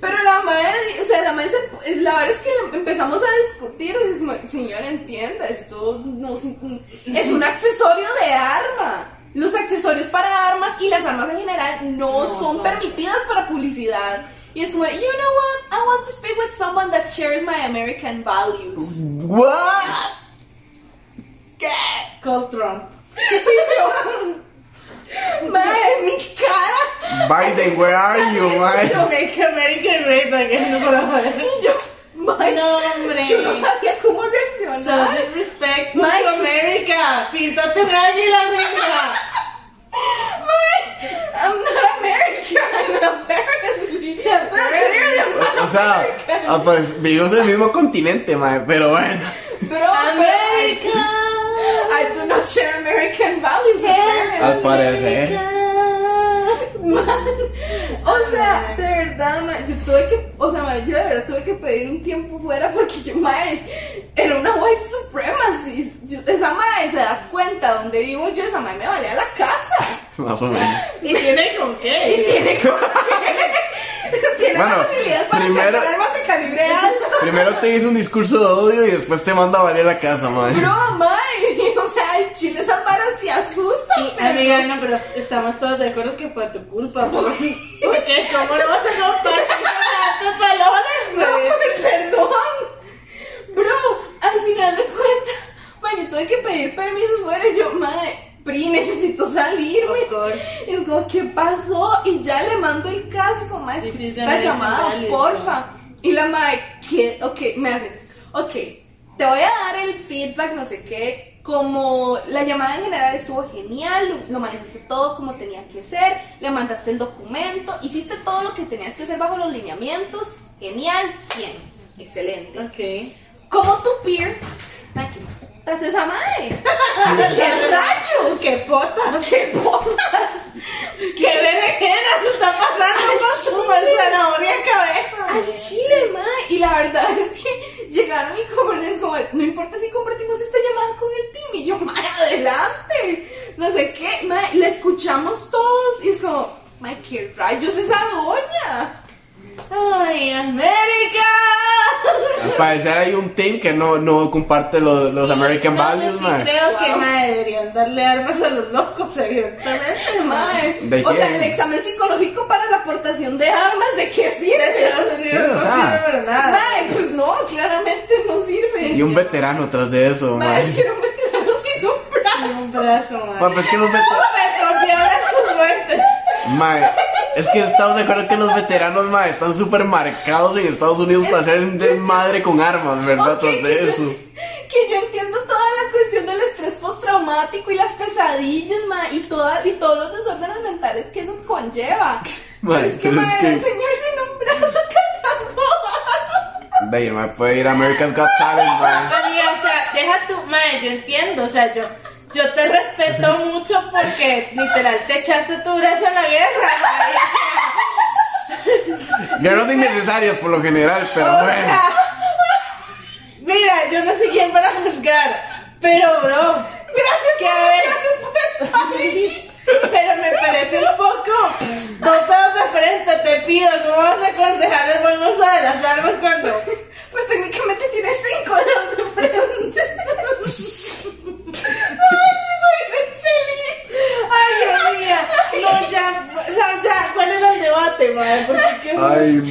S2: pero la madre, o sea, la madre, se- la verdad es que la- empezamos a discutir. y es como, Señor, entienda, esto no es un- es un accesorio de arma. Los accesorios para armas y las armas en general no,
S4: No,
S2: son
S4: no.
S2: permitidas para publicidad. Y es como, you know what, I want to speak with someone that shares my American values.
S3: *laughs* What?
S4: Call
S2: *laughs*
S4: Trump.
S2: Madre, mi cara.
S3: Biden, where are you, mae?
S4: To make America great again, brother.
S2: Y yo, madre,
S4: No, hombre.
S2: yo no sabía cómo reaccionar.
S4: So, with respect to
S2: Mike.
S4: America. Píntate un águila, amiga.
S2: Wait, I'm not American, apparently. But clearly I'm not
S3: O sea, apare- vivimos en el mismo continente, mae, pero bueno.
S2: Bro, America.
S4: America.
S2: I do not share American values.
S3: Al parecer.
S2: America. Man, o sea, de verdad, ma, yo tuve que, o sea, ma, yo de verdad tuve que pedir un tiempo fuera porque yo, ma, era una white supremacist. Yo- esa madre se da cuenta donde vivo yo, esa madre me valía la casa.
S3: Más o menos.
S4: ¿Y tiene con
S2: Y
S4: qué?
S2: tiene como *laughs* tiene
S3: Bueno,
S2: la facilidad para
S3: primero-
S2: cargar armas de calibre alto.
S3: Primero te hizo un discurso de odio y después te manda a valer la casa, mae.
S2: Bro, mae, *laughs* o sea, el chile esas varas se asustan.
S4: Sí,
S2: pero-
S4: amiga, no, pero estamos todos de acuerdo que fue tu culpa. ¿Por qué? ¿Cómo no vas a compartir con tus balones,
S2: No,
S4: güey?
S2: mae, perdón. Bro, al final de cuentas, mae, yo tuve que pedir permiso fuera. y Yo, mae, Pri, necesito salirme.
S4: Of course.
S2: Y es como, ¿qué pasó? Y ya le mando el caso. Es como, mae,
S4: Sí, sí,
S2: escucha
S4: se
S2: esta
S4: me
S2: llamada,
S4: vale,
S2: porfa. Y la mae, ¿qué? Ok, me hace, ok, te voy a dar el feedback, no sé qué. Como la llamada en general estuvo genial, lo, lo manejaste todo como tenía que ser, le mandaste el documento, hiciste todo lo que tenías que hacer bajo los lineamientos. Genial, 100. Excelente.
S4: Ok.
S2: Como tu peer, mae, ¿qué putas esa
S4: *laughs*
S2: madre? ¡Qué rayos!
S4: ¡Qué potas!
S2: ¡Qué putas!
S4: ¡Qué berenjena se está pasando con tu zanahoria
S2: al
S4: cabeza!
S2: chile, ma. Y la verdad es que llegaron y conversaron como, no importa si compartimos esta llamada con el team. Y yo, ma, adelante. No sé qué, ma. y La escuchamos todos. Y es como, ma, qué rayos esa doña.
S4: ¡Ay, América!
S3: Al parecer hay un team que no, no comparte los, los American
S4: No,
S2: pues
S4: yo
S3: values,
S4: sí
S3: mae.
S4: creo que
S2: Wow.
S4: mae, deberían darle armas a los locos, evidentemente,
S2: Ma,
S4: mae.
S3: De
S2: o sea,
S3: cien.
S2: el examen psicológico para la aportación de armas, ¿de qué sirve?
S4: Estados Unidos
S3: Sí, o
S4: no
S3: sea.
S4: sirve para
S2: Ma,
S4: nada.
S2: pues no, claramente no sirve.
S3: Y un veterano tras de eso,
S2: Ma, es
S3: mae.
S2: que era un veterano sin un
S4: Ni
S2: brazo.
S4: un brazo, mae.
S3: Mae, pues que los veteranos.
S4: Me confiaba en sus fuentes.
S3: Mae, es que estamos de acuerdo que los veteranos, mae, están súper marcados en Estados Unidos para hacer un desmadre con armas, ¿verdad?
S2: Ok,
S3: Tras de eso.
S2: que yo entiendo toda la cuestión del estrés postraumático y las pesadillas, ma, y, toda, y todos los desórdenes mentales que eso
S3: *laughs*
S2: conlleva.
S3: Ma,
S2: es que,
S3: pero
S2: ma,
S3: es
S2: era un
S3: que-
S2: señor sin un brazo *laughs* cantando.
S3: De ahí, mae, puede ir a America's Got Talent, mae.
S4: Amiga, o sea, deja tu. Madre, yo entiendo, o sea, yo. Yo te respeto mucho porque literal te echaste tu brazo en la guerra. madre.
S3: Guerras innecesarias por lo general, pero
S4: O
S3: bueno.
S4: sea, mira, yo no sé quién para juzgar, pero bro,
S2: Gracias,
S4: ¿Qué?
S2: ma, gracias por el
S4: *laughs*
S2: país.
S4: pero me parece un poco botado de frente, te pido, ¿cómo vas a aconsejar el buen uso de las armas cuando
S2: Pues técnicamente tiene cinco dedos de frente. Ay, soy de Celine.
S4: Ay, Dios mío. pues. chote, madre, porque qué
S3: Ay,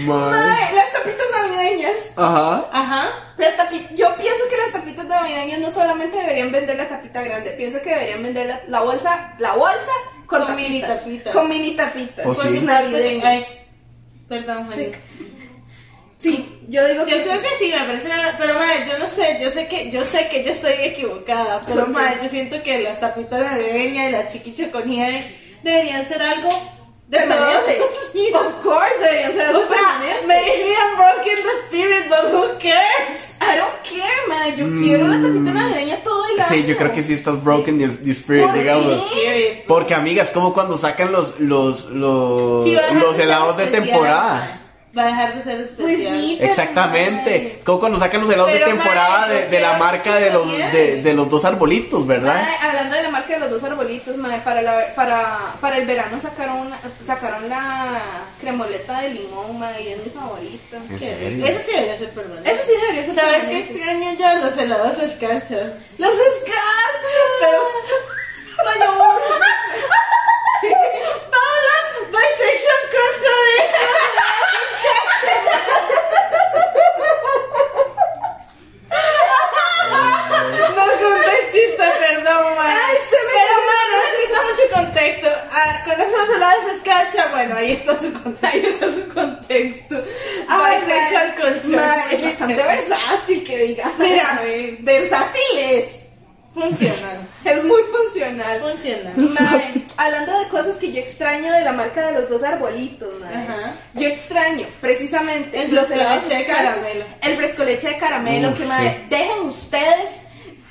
S3: madre.
S2: Mae, las tapitas navideñas.
S3: Ajá.
S2: Ah,
S4: Ajá.
S2: Las tapi- Yo pienso que las tapitas navideñas no solamente deberían vender la tapita grande, pienso que deberían vender la, la bolsa, la bolsa con,
S4: Con mini
S2: tapitas,
S4: tapitas.
S2: Con mini tapitas.
S3: Pues sí.
S2: Navideñas.
S4: Ay, perdón, Juan.
S2: Sí, yo digo
S4: Yo
S2: que.
S4: creo que sí, me parece una- Pero madre, yo no sé, yo sé que, yo sé que yo estoy equivocada. Pero
S2: ¿Por qué?
S4: madre, yo siento que las tapitas navideñas y la chiquicha con nieve deberían ser algo de
S2: *laughs* Permanente. Of course, deberían ser algo
S4: O sea,
S2: permanente.
S4: maybe I'm broken the spirit, but who cares?
S2: I don't care, ma. Yo quiero la tapita navideña todo el año.
S3: Mm. Sí, yo creo que sí estás broken the, the spirit,
S2: ¿Por qué?
S3: digamos.
S4: Spirit.
S3: Porque, amiga, es como cuando sacan los los los,
S4: Sí, va a dejar
S3: los
S4: ser
S3: helados de
S4: especial,
S3: temporada.
S4: mae. Va a dejar de ser especial.
S2: Pues sí. Pero,
S3: Exactamente.
S2: mae.
S3: Es como cuando sacan los helados de
S4: Pero,
S3: temporada
S4: mae,
S3: de,
S4: yo
S3: de la
S4: quiero
S3: marca de
S4: chiquicha
S3: los
S4: nieve.
S3: de, de los dos arbolitos, ¿verdad?
S2: Ay, hablando de la marca de los dos arbolitos, madre, para, la- para, para el verano sacaron, una- sacaron la cremoleta de limón, madre, y es mi favorita.
S3: ¿En
S4: Que-
S3: serio?
S4: Eso sí debería ser permanente.
S2: Eso sí debería ser
S4: ¿Sabes qué
S2: permanente.
S4: extraño yo? Los helados escarchas.
S2: ¡Los escarchos!
S4: Pero.
S2: Lo llevamos.
S4: *laughs* Paula, bisexual culture. No conté el chiste, perdón, man.
S2: Ay, se me
S4: Pero,
S2: cayó.
S4: man, no necesito mucho contexto. Ah, con esos helados escarcha, bueno, ahí está su contexto. Ahí está su contexto.
S2: Ay,
S4: bisexual
S2: madre,
S4: culture.
S2: madre, es bastante versátil, que diga.
S4: *laughs*
S2: Mira,
S4: Sí.
S2: versátil es.
S4: Funcional.
S2: Es muy funcional.
S4: Funcional.
S2: Mae, hablando de cosas que yo extraño de la marca de los dos arbolitos, mae.
S4: Ajá.
S2: Yo extraño precisamente
S4: El fresco leche de caramelo.
S2: El fresco leche de caramelo
S3: Uf,
S2: que mae,
S3: sí.
S2: dejen ustedes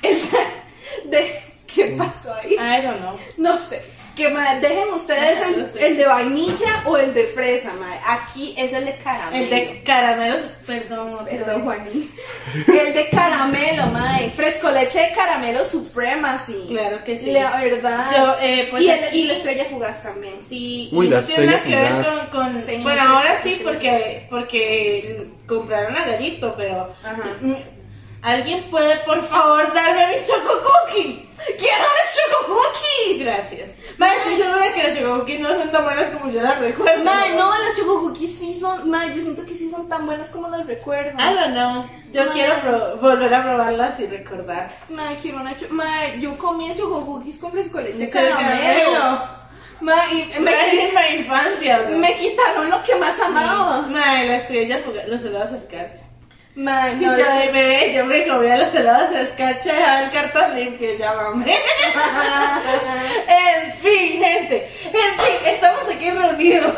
S2: el *laughs* de ¿qué
S4: Mm.
S2: pasó ahí?
S4: I don't know.
S2: No sé. Que mae, dejen ustedes el, el de vainilla o el de fresa, mae. Aquí es el de caramelo.
S4: El de caramelos, perdón.
S2: Perdón, Juanín. El de caramelo, mae. Fresco leche de caramelo suprema, sí.
S4: Claro que sí.
S2: La verdad.
S4: Yo, eh, pues
S2: y, el-
S4: aquí-
S2: y la estrella fugaz también.
S4: Sí,
S3: Uy,
S4: y
S3: la
S4: no tiene nada
S3: estrella
S4: que ver
S3: fugaz.
S4: con, con-
S2: Señor,
S4: bueno, ahora sí
S2: estrella
S4: porque porque compraron a Gallito, pero
S2: Ajá.
S4: Mm, alguien puede por favor darme mi choco cookie.
S2: ¡Quiero los choco cookies!
S4: Gracias. Ma, estoy segura que los choco cookies no son tan buenos como yo las recuerdo.
S2: Mae, no, los choco cookies sí son. Mae, yo siento que sí son tan buenas como las recuerdo.
S4: I don't know. Yo
S2: Ma.
S4: quiero pro- volver a probarlas y recordar.
S2: Mae, quiero una cho- Mae, yo comía choco cookies con fresco leche
S4: Con caramelo.
S2: caramelo. Mae, y me,
S4: Mae, en la infancia, bro.
S2: me quitaron lo que más amaba.
S4: Ma, la estrella fugaz- los helados escarcha.
S2: Mae,
S4: Y yo
S2: no. las-
S4: de bebé, yo me comía los helados escarcha y dejaba el cartón limpio, ya mamé. En fin, gente. En fin, estamos aquí reunidos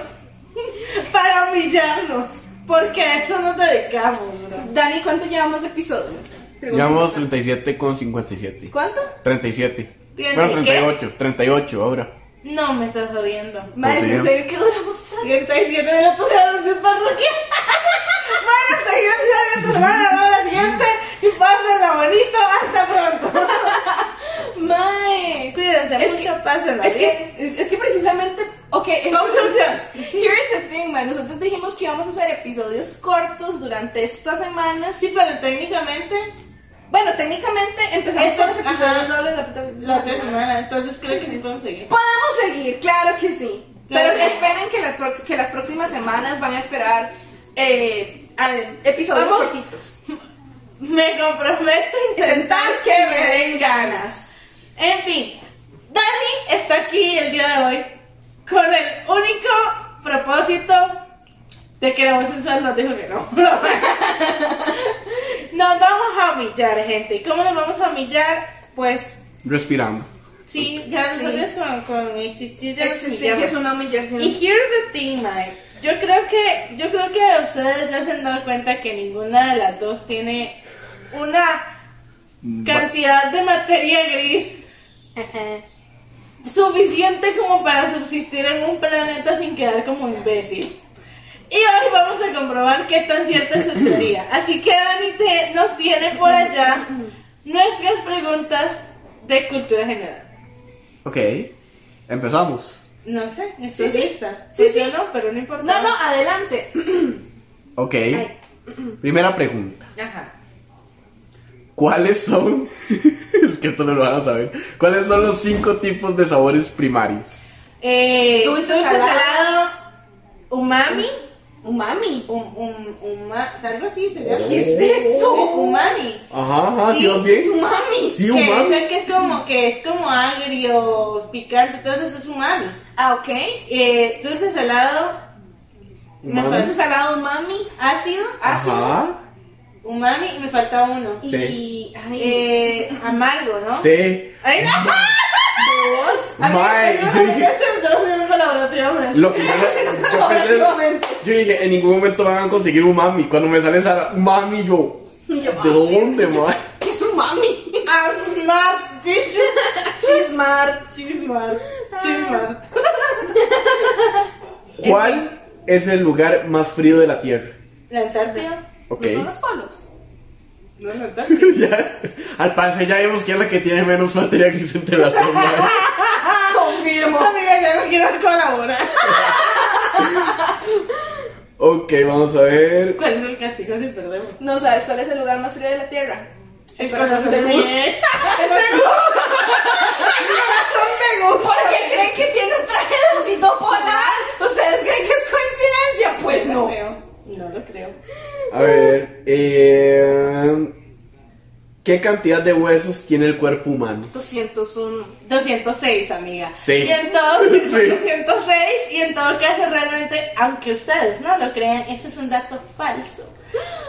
S4: para humillarnos. Porque a esto nos dedicamos, bro.
S2: Dani, ¿cuánto llevamos de episodio?
S3: Llevamos 37,57.
S2: ¿Cuánto?
S3: 37.
S4: ¿Treinta
S3: Bueno,
S4: y qué?
S3: 38. 38 ahora.
S4: No me estás jodiendo.
S2: Mae,
S3: Pues
S2: ¿en
S3: sí.
S2: serio que duramos tanto?
S4: 37 minutos de anuncio parroquial. *laughs* Bueno, hasta aquí el episodio de semana. Nos vemos la siguiente. Y pásenla bonito. Hasta *laughs* pronto.
S2: Mae.
S4: Cuídense
S2: Es
S4: mucho, pásenla
S2: Es
S4: bien.
S2: que, es que precisamente, ok, *laughs*
S4: Conclusión.
S2: Here's the thing, man. Nosotros dijimos que íbamos a hacer episodios cortos durante esta semana.
S4: Sí, pero técnicamente
S2: Bueno, técnicamente empezamos
S4: Esto-
S2: con los episodios
S4: ajá.
S2: dobles la, otra-
S4: la otra semana. Entonces creo que sí podemos seguir.
S2: Podemos seguir, claro que sí.
S4: Claro
S2: Pero
S4: que sí.
S2: esperen que las, prox- que las próximas semanas van a esperar eh, a- episodios
S4: Vamos.
S2: cortitos.
S4: Me comprometo a intentar que me den ganas. En fin, Dani está aquí el día de hoy con el único propósito de que la voz sensual nos dijo que no. *laughs* Nos vamos a humillar, gente. ¿Y ¿Cómo nos vamos a humillar? Pues
S3: Respirando.
S4: sí, ya
S2: Sí.
S4: nosotros con, con existir ya nos
S2: Existir que
S4: humillamos.
S2: es una humillación.
S4: Y here's the thing, Mike. Yo creo que, yo creo que ustedes ya se han dado cuenta que ninguna de las dos tiene una cantidad de materia gris eh, suficiente como para subsistir en un planeta sin quedar como imbécil. Y hoy vamos a comprobar qué tan cierta es su teoría. Así que Dani te- nos tiene por allá nuestras preguntas de cultura general.
S3: Ok. Empezamos.
S4: No sé,
S2: Sí,
S4: ¿estás
S2: sí.
S4: lista?
S2: Sí,
S4: Pues
S2: sí.
S4: yo no, pero no importa.
S2: No, no, adelante.
S3: Ok. Primera pregunta.
S4: Ajá.
S3: ¿Cuáles son? *laughs* es que esto no lo van a saber. ¿Cuáles son los cinco tipos de sabores primarios?
S4: Eh,
S2: Dulce,
S4: dulce, salado,
S2: salado,
S4: umami,
S2: Umami.
S4: um, um, uma- algo así se llama.
S2: ¿Qué es eso?
S4: Umami.
S3: Ajá, ajá, Ah, sí,
S4: Sí,
S3: vas bien.
S2: Umami.
S3: Sí,
S4: que
S3: umami.
S4: dicen que es como que es como agrio, picante, todo eso es umami.
S2: Ah, ok.
S4: Eh, dulce salado, me
S3: Umami.
S4: falta
S2: Entonces, salado umami.
S4: ácido, ácido,
S3: Ajá.
S4: umami y me falta uno.
S2: Y. Ay.
S4: Eh, amargo, ¿no?
S3: Sí.
S4: Ay,
S3: *laughs*
S4: no.
S2: ¿Vos?
S4: A mí
S3: Mae,
S4: me
S3: yo dije-
S4: *laughs* Dos en un colaborativo, hombre.
S3: Lo que yo,
S4: *laughs*
S3: yo pensé- yo dije, en ningún momento van a conseguir un mami. Cuando me sale esa mami, yo.
S2: Y yo,
S3: ¿De dónde,
S4: *laughs*
S3: mae?
S2: ¿Qué es umami?
S4: I'm smart, bitch.
S2: She's smart.
S4: She's smart. She's smart.
S3: ¿Cuál es el lugar más frío de la Tierra?
S4: La Antártida.
S3: Ok.
S2: ¿No son los polos?
S4: No es la *laughs* Antártida.
S3: *laughs* Ya, al parecer ya vemos que es la que tiene menos materia gris entre las dos. mae.
S2: Confirmo.
S4: Amiga, Ah, ya no quiero colaborar.
S3: Ok, vamos a ver.
S4: ¿Cuál es el castigo si perdemos?
S2: No sabes cuál es el lugar más frío de la tierra.
S4: El corazón de miel.
S2: ¿Por qué creen que tiene un traje de osito polar? ¿Ustedes creen que es coincidencia? Pues
S4: No
S2: no.
S4: creo. No lo creo.
S3: A ver. eh, ¿Qué cantidad de huesos tiene el cuerpo humano?
S2: 201.
S4: 206, amiga.
S3: Sí.
S4: Y en todo,
S3: Sí.
S4: 206, y en todo caso, realmente, aunque ustedes no lo crean, eso es un dato falso.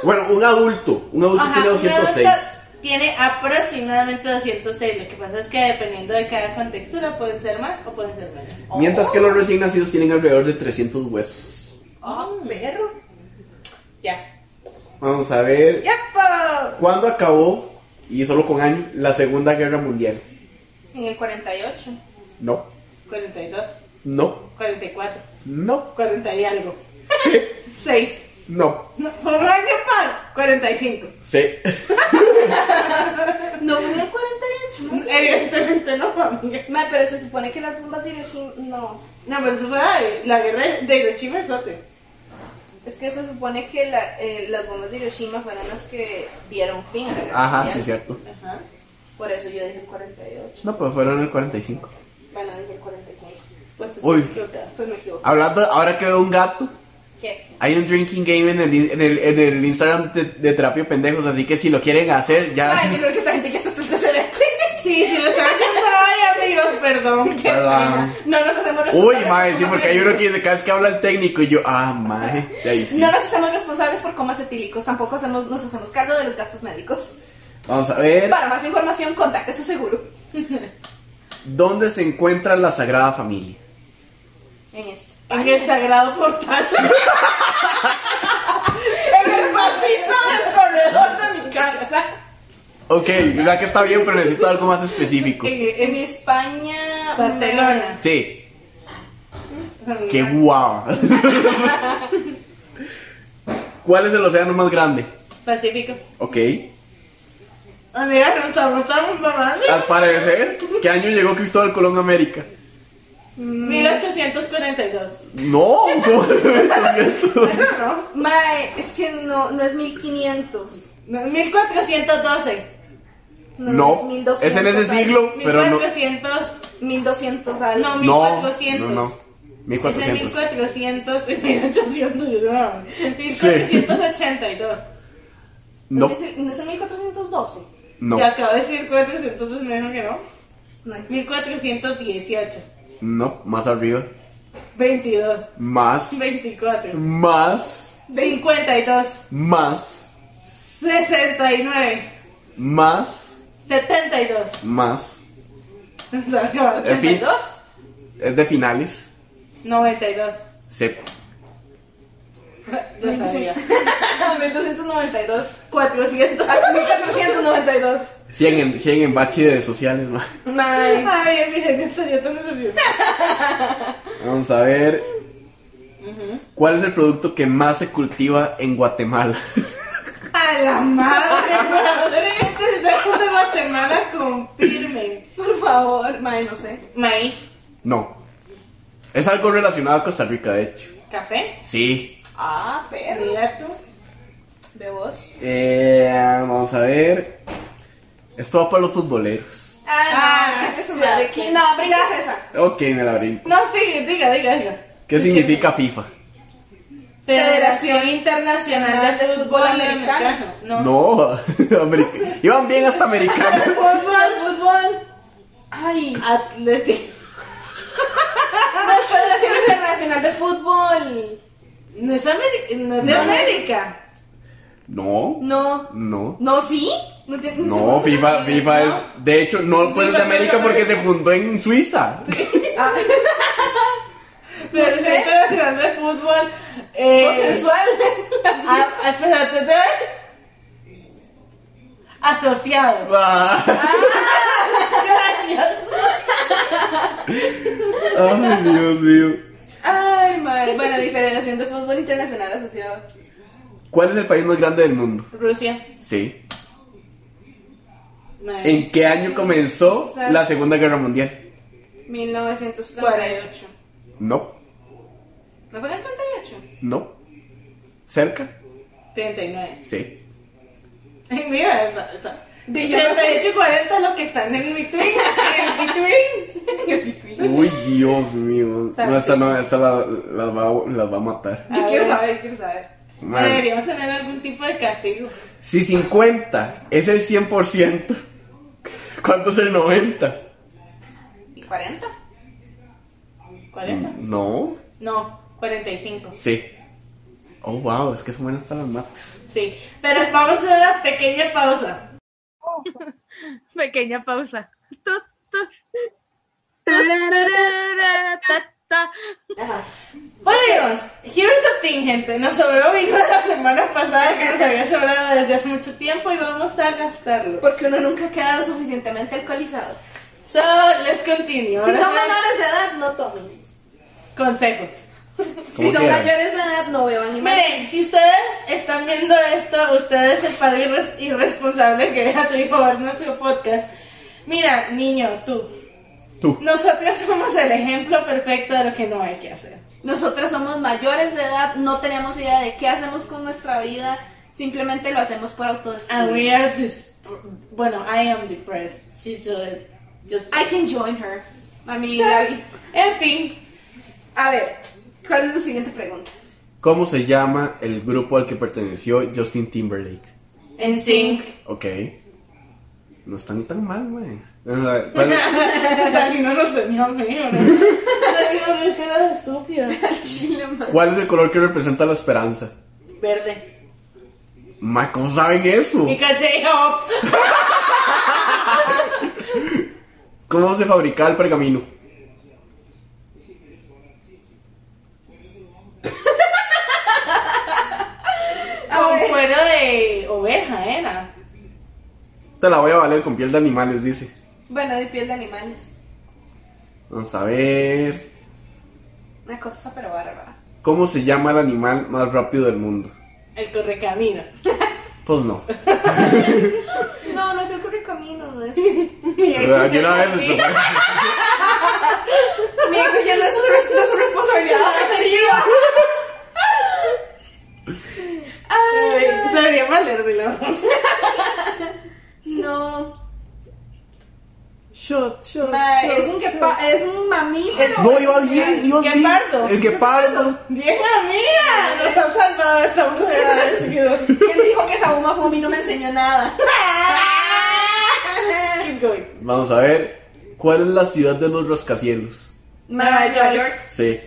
S3: Bueno, un adulto. Un adulto
S4: Ajá,
S3: tiene
S4: un
S3: 206.
S4: adulto Tiene aproximadamente 206. Lo que pasa es que dependiendo de cada contextura pueden ser más o pueden ser menos.
S3: Mientras que
S4: Oh.
S3: los recién nacidos tienen alrededor de 300 huesos.
S2: Oh, perro.
S4: Ya.
S3: Vamos a ver.
S2: ¡Yepa!
S3: ¿Cuándo acabó, y solo con año, la Segunda Guerra Mundial?
S4: En el 48,
S3: No,
S4: 42,
S3: no,
S4: 44,
S3: no,
S4: 40 y algo. *laughs*
S3: sí,
S4: 6.
S3: no,
S4: No, por un año par, 45.
S3: sí.
S2: No fue en el 48.
S4: Evidentemente no, amiga.
S2: Ma, pero se supone que las bombas de Hiroshima. No.
S4: No, pero eso fue la, la guerra de Hiroshima y Sote.
S2: Es que se supone que la- eh, las bombas de Hiroshima fueron las que dieron fin a la guerra
S3: Ajá,
S2: mundial.
S3: sí, cierto.
S4: Ajá.
S2: Por eso yo dije 48.
S3: No, pues fueron el 45.
S2: Bueno, dije 45.
S4: Pues estoy
S3: Uy.
S4: equivocada.
S2: Pues me equivoqué.
S3: Hablando, ahora que veo un gato,
S2: ¿Qué?
S3: hay un drinking game en el, en el, en el Instagram de, de Terapia Pendejos, así que si lo quieren hacer, ya...
S2: *laughs* Ay, yo creo que esta gente ya está antecedente.
S4: Sí, sí, lo están haciendo. Ay, amigos, perdón.
S3: Perdón.
S2: No nos hacemos
S3: Uy,
S2: responsables. por
S3: mae, sí,
S2: cómo
S3: porque
S2: se-
S3: hay uno que dice, cada vez que habla el técnico, y yo, ah, mae, de ahí sí.
S2: No nos hacemos responsables por comas etílicos, tampoco hacemos, nos hacemos cargo de los gastos médicos.
S3: Vamos a ver,
S2: Para más información, contacte su seguro.
S3: ¿dónde se encuentra la Sagrada Familia?
S2: En eso.
S4: En el sagrado portal.
S2: *laughs* En el pasito del corredor de mi casa.
S3: Ok, verdad que está bien, pero necesito algo más específico.
S2: En
S4: En el
S2: España.
S4: Barcelona.
S3: Sí, qué guau. ¿Cuál es el océano más grande?
S4: Pacífico.
S3: Ok.
S4: Amiga, nos estamos tan mamando.
S3: Al parecer, ¿qué año llegó Cristóbal Colón a América?
S4: 1842.
S3: No, ¿cómo?
S4: No,
S2: Mae, es que no, no es 1500.
S4: no. 1412.
S3: No,
S2: es,
S3: es en
S2: 1200
S3: ese
S2: algo.
S3: siglo, pero no.
S4: 1400.
S2: 1200 algo.
S4: No,
S3: No,
S4: 1400.
S3: no, no.
S4: Es en
S3: 1400.
S4: *laughs* 1400 y 1800. no, 1482.
S3: No,
S2: ¿No es el- no es en 1412?
S3: no,
S4: Te acabo de decir 400, me dijeron que no.
S2: No es.
S4: 1418.
S3: no, más arriba.
S4: 22.
S3: Más,
S4: 24.
S3: más,
S4: 52.
S3: más,
S4: 69.
S3: más,
S4: *laughs* 72.
S3: más.
S4: Se acabó.
S3: En fin, es de finales.
S4: 92.
S3: Se
S4: Lo sabía. *laughs*
S2: 1292.
S4: 400.
S2: Ah, 1492.
S3: 100 en, 100 en bache de sociales, ma.
S2: Mae.
S4: Ay, mira, que estoy yo tan nerviosa.
S3: Vamos a ver. ¿Cuál es el producto que más se cultiva en Guatemala? *laughs*
S4: A la madre, *laughs* madre. Este es de Guatemala, confirmen.
S2: Por favor, mae, no sé.
S4: Maíz,
S3: No. Es algo relacionado a Costa Rica, de hecho.
S4: café,
S3: Sí.
S2: Ah, perro.
S4: mira tú.
S2: ¿De vos?
S3: Eh, vamos a ver. Esto va para los futboleros.
S2: Ah,
S4: Ah,
S2: no, cheque su madre.
S4: sí.
S2: ¿Quién? No, brincas esa.
S3: Ok, me la brinco.
S4: No, sí, diga, diga, diga.
S3: ¿Qué significa FIFA?
S4: Federación Internacional de Fútbol Americano. No.
S3: No, *laughs* america- iban bien hasta americano.
S4: Fútbol, fútbol. Ay,
S2: *laughs*
S4: Atlético.
S2: No es Federación Internacional de Fútbol.
S4: No es, Ameri- no es de América.
S3: No,
S2: No.
S3: no.
S2: No, sí. No, tiene-
S3: No, FIFA, FIFA es. De hecho, no puede ser de
S4: FIFA no es de
S3: América porque se fundó en Suiza.
S4: Pero
S2: sé.
S4: Internacional de Fútbol. Eh,
S2: Sensual.
S4: a- a- espérate, te Asociado.
S3: Ah, *laughs*
S4: Gracias.
S3: Ay, Dios mío.
S2: Ay, madre. Bueno, y Federación de Fútbol Internacional Asociado.
S3: ¿Cuál es el país más grande del mundo?
S4: Rusia.
S3: Sí.
S4: Madre.
S3: ¿En qué año comenzó la Segunda Guerra Mundial?
S2: 1938.
S3: No,
S2: ¿No fue en el 38?
S3: no. ¿Cerca?
S2: *laughs*
S4: 39.
S3: Sí.
S4: Ay, Mira, está- está-
S2: De yo no sé.
S4: 38 y 40 es lo que están en mi tweet. En mi tweet.
S3: Uy, Dios mío.
S4: sea,
S3: No, esta
S4: sí.
S3: no, esta la- las va, las va a matar.
S2: Yo quiero saber, quiero saber.
S3: Madre.
S4: Deberíamos tener algún tipo de castigo.
S3: Si 50 es el 100%, ¿cuánto es el 90?
S2: ¿Y 40?
S4: 40.
S3: No.
S4: No, 45.
S3: Sí. Oh, wow, es que son buenas para las mates.
S4: Sí. Pero vamos a hacer una pequeña pausa.
S5: Pequeña pausa.
S4: Volvemos. Here's the thing, gente. Nos sobró vino la semana pasada que nos había sobrado desde hace mucho tiempo y vamos a gastarlo.
S2: Porque uno nunca queda lo suficientemente alcoholizado.
S4: So, let's continue.
S2: Si
S4: Ahora
S2: son
S4: sí,
S2: menores de edad, no tomen.
S4: Consejos.
S3: ¿Cómo
S2: Si son
S3: queda?
S2: mayores de edad, no beban y más.
S4: Miren, si ustedes están viendo esto, usted es el padre irres- irresponsable que deja a su hijo ver nuestro podcast. Mira, niño, tú.
S3: Tú.
S4: Nosotras somos el ejemplo perfecto de lo que no hay que hacer.
S2: Nosotras somos mayores de edad, no tenemos idea de qué hacemos con nuestra vida, simplemente lo hacemos por
S4: And we
S2: autodestrucción.
S4: are dis- Bueno, I am depressed. She's just... just-
S2: I can join her. Mami, Gaby.
S4: En fin.
S2: A ver, ¿cuál es la siguiente pregunta?
S3: ¿Cómo se llama el grupo al que perteneció Justin Timberlake?
S4: En sync.
S3: Ok. No están tan mal, güey. O sea, ¿cuál es-
S4: Dani no nos tenía miedo. ¿no? Dani nos cara de estúpida.
S2: Chile, ma.
S3: ¿Cuál es el color que representa la esperanza?
S4: Verde.
S3: Ma, ¿cómo saben eso?
S4: Y caché up.
S3: ¿Cómo se fabricaba el pergamino?
S4: Con cuero de oveja era.
S3: Te la voy a valer con piel de animales, dice.
S2: Bueno, de piel de animales.
S3: Vamos a ver.
S2: Una cosa pero bárbara.
S3: ¿Cómo se llama el animal más rápido del mundo?
S4: El correcamino.
S3: Pues no.
S2: No, no es el correcamino, *laughs* no es...
S3: Yo una vez
S2: Mi ex ya no es su, res- no es su responsabilidad afectiva.
S4: Ay, Debería valérmelo.
S2: No.
S3: Shot, shot.
S2: ma, es, un quepa- es un mamífero.
S3: No, iba bien, iba bien.
S4: Guepardo.
S3: El guepardo.
S4: Bien, amiga. Nos han salvado de esta búsqueda.
S2: ¿Quién dijo que Saúma Fumi no me enseñó nada?
S4: Keep going.
S3: Vamos a ver. ¿Cuál es la ciudad de los rascacielos?
S2: Nueva York.
S3: Sí.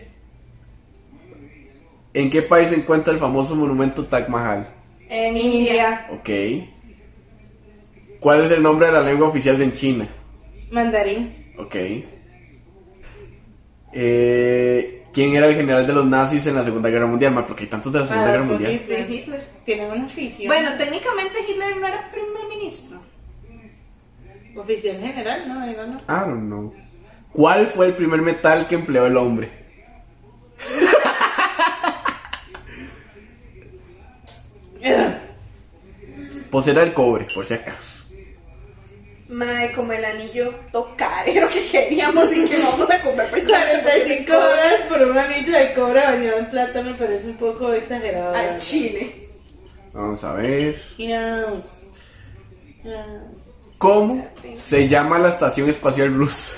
S3: ¿En qué país se encuentra el famoso monumento Taj Mahal?
S2: En India.
S3: Ok. ¿Cuál es el nombre de la lengua oficial en China?
S4: Mandarín.
S3: Ok. Eh, ¿Quién era el general de los nazis en la Segunda Guerra Mundial? Ma, porque hay tantos de la
S2: Ah,
S3: Segunda
S4: Adolf
S3: Guerra Mundial.
S4: Ah, Hitler.
S2: De Hitler.
S4: Tienen un oficio.
S2: Bueno, técnicamente Hitler no era primer ministro.
S4: oficial general, ¿no? Digo, no.
S3: I don't know. ¿Cuál fue el primer metal que empleó el hombre? Pues era el cobre, por si acaso.
S2: Mae, como el anillo *laughs* tocarero que queríamos y que vamos a pues, comprar *laughs* precisamente
S4: 45 dólares por un anillo de cobre bañado en plata me parece un poco exagerado.
S2: al Chile.
S3: Vamos a ver.
S4: Yes. Yes.
S3: ¿Cómo se llama la estación espacial rusa?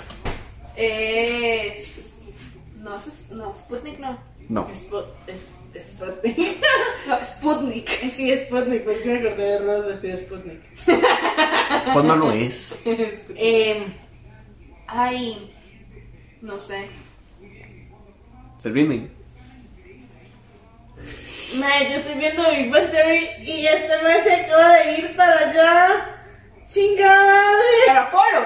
S2: Es. No
S4: No, eso es- no,
S2: Sputnik no.
S3: No.
S4: Spo- es- es *laughs* Sputnik.
S2: No, Sputnik.
S4: sí, Sputnik, pues que me acordé de Ross vestido de Sputnik.
S3: Juanma pues no es.
S4: Eh,
S2: Ay, no sé.
S3: Se rinden.
S4: madre, yo estoy viendo Big Bang Theory y este mes se acaba de ir para allá. ¡Chinga madre!
S2: Pero Apolo.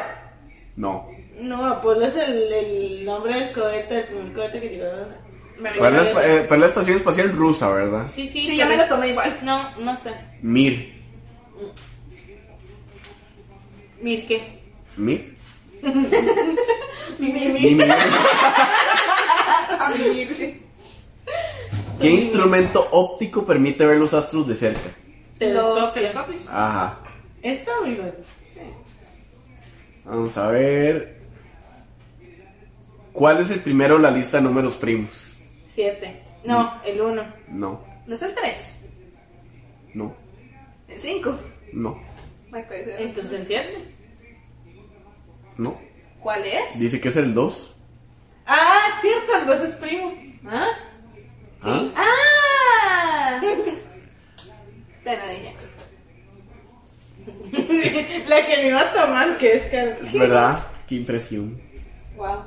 S3: No.
S4: No, Apolo es el, el nombre del cohete, el primer cohete que llegó a la luna. Me
S3: Para la,
S4: recuerdo
S3: espa-
S4: eso.
S3: eh, para la estación espacial rusa, ¿verdad?
S4: Sí, sí,
S2: Sí, yo me
S4: pero-
S2: lo tomé igual.
S4: No, no sé.
S3: Mir.
S4: Mir, ¿qué?
S3: *laughs* ¿Mir?
S2: Mi, mi, mi.
S3: Mi- *laughs* mi-
S2: A vivir.
S3: ¿Qué instrumento óptico permite ver los astros de cerca?
S2: Los
S4: Telescopio.
S2: telescopios.
S3: Ajá.
S4: Está muy bueno.
S3: Vamos a ver. ¿Cuál es el primero en la lista de números primos?
S4: Siete. No, el uno.
S3: No,
S2: No es el 3.
S3: no,
S2: El 5.
S3: no,
S2: Me acuerdo.
S4: Entonces el siete.
S3: no.
S2: ¿Cuál es?
S3: Dice que es el 2.
S4: Ah, cierto, el dos es primo. ¿Ah?
S3: ¿Ah?
S2: ¡Ah! Te lo dije.
S4: La que me iba a tomar, que es
S3: Es
S4: que...
S3: verdad. Qué impresión.
S2: Wow.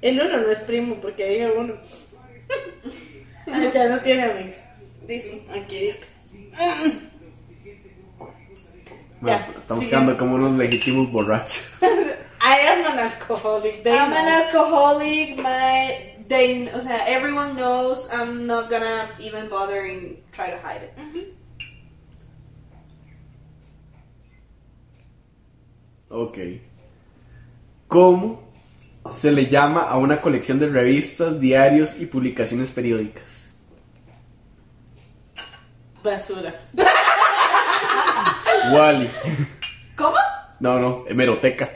S4: El uno no es primo, porque dije uno. *laughs* Ah, ya no tiene amigos.
S2: Dice.
S4: Aquí.
S3: Bueno,
S4: Ya,
S3: estamos
S4: sigue.
S3: quedando como unos legítimos borrachos. *laughs*
S4: I am an alcoholic. they
S2: I'm an
S4: know.
S2: alcoholic, my they, o sea, everyone knows I'm not gonna even bother and try to hide it.
S3: Ok. ¿Cómo se le llama a una colección de revistas, diarios y publicaciones periódicas?
S4: Basura. *laughs*
S3: Wally.
S2: ¿Cómo?
S3: No, no, hemeroteca.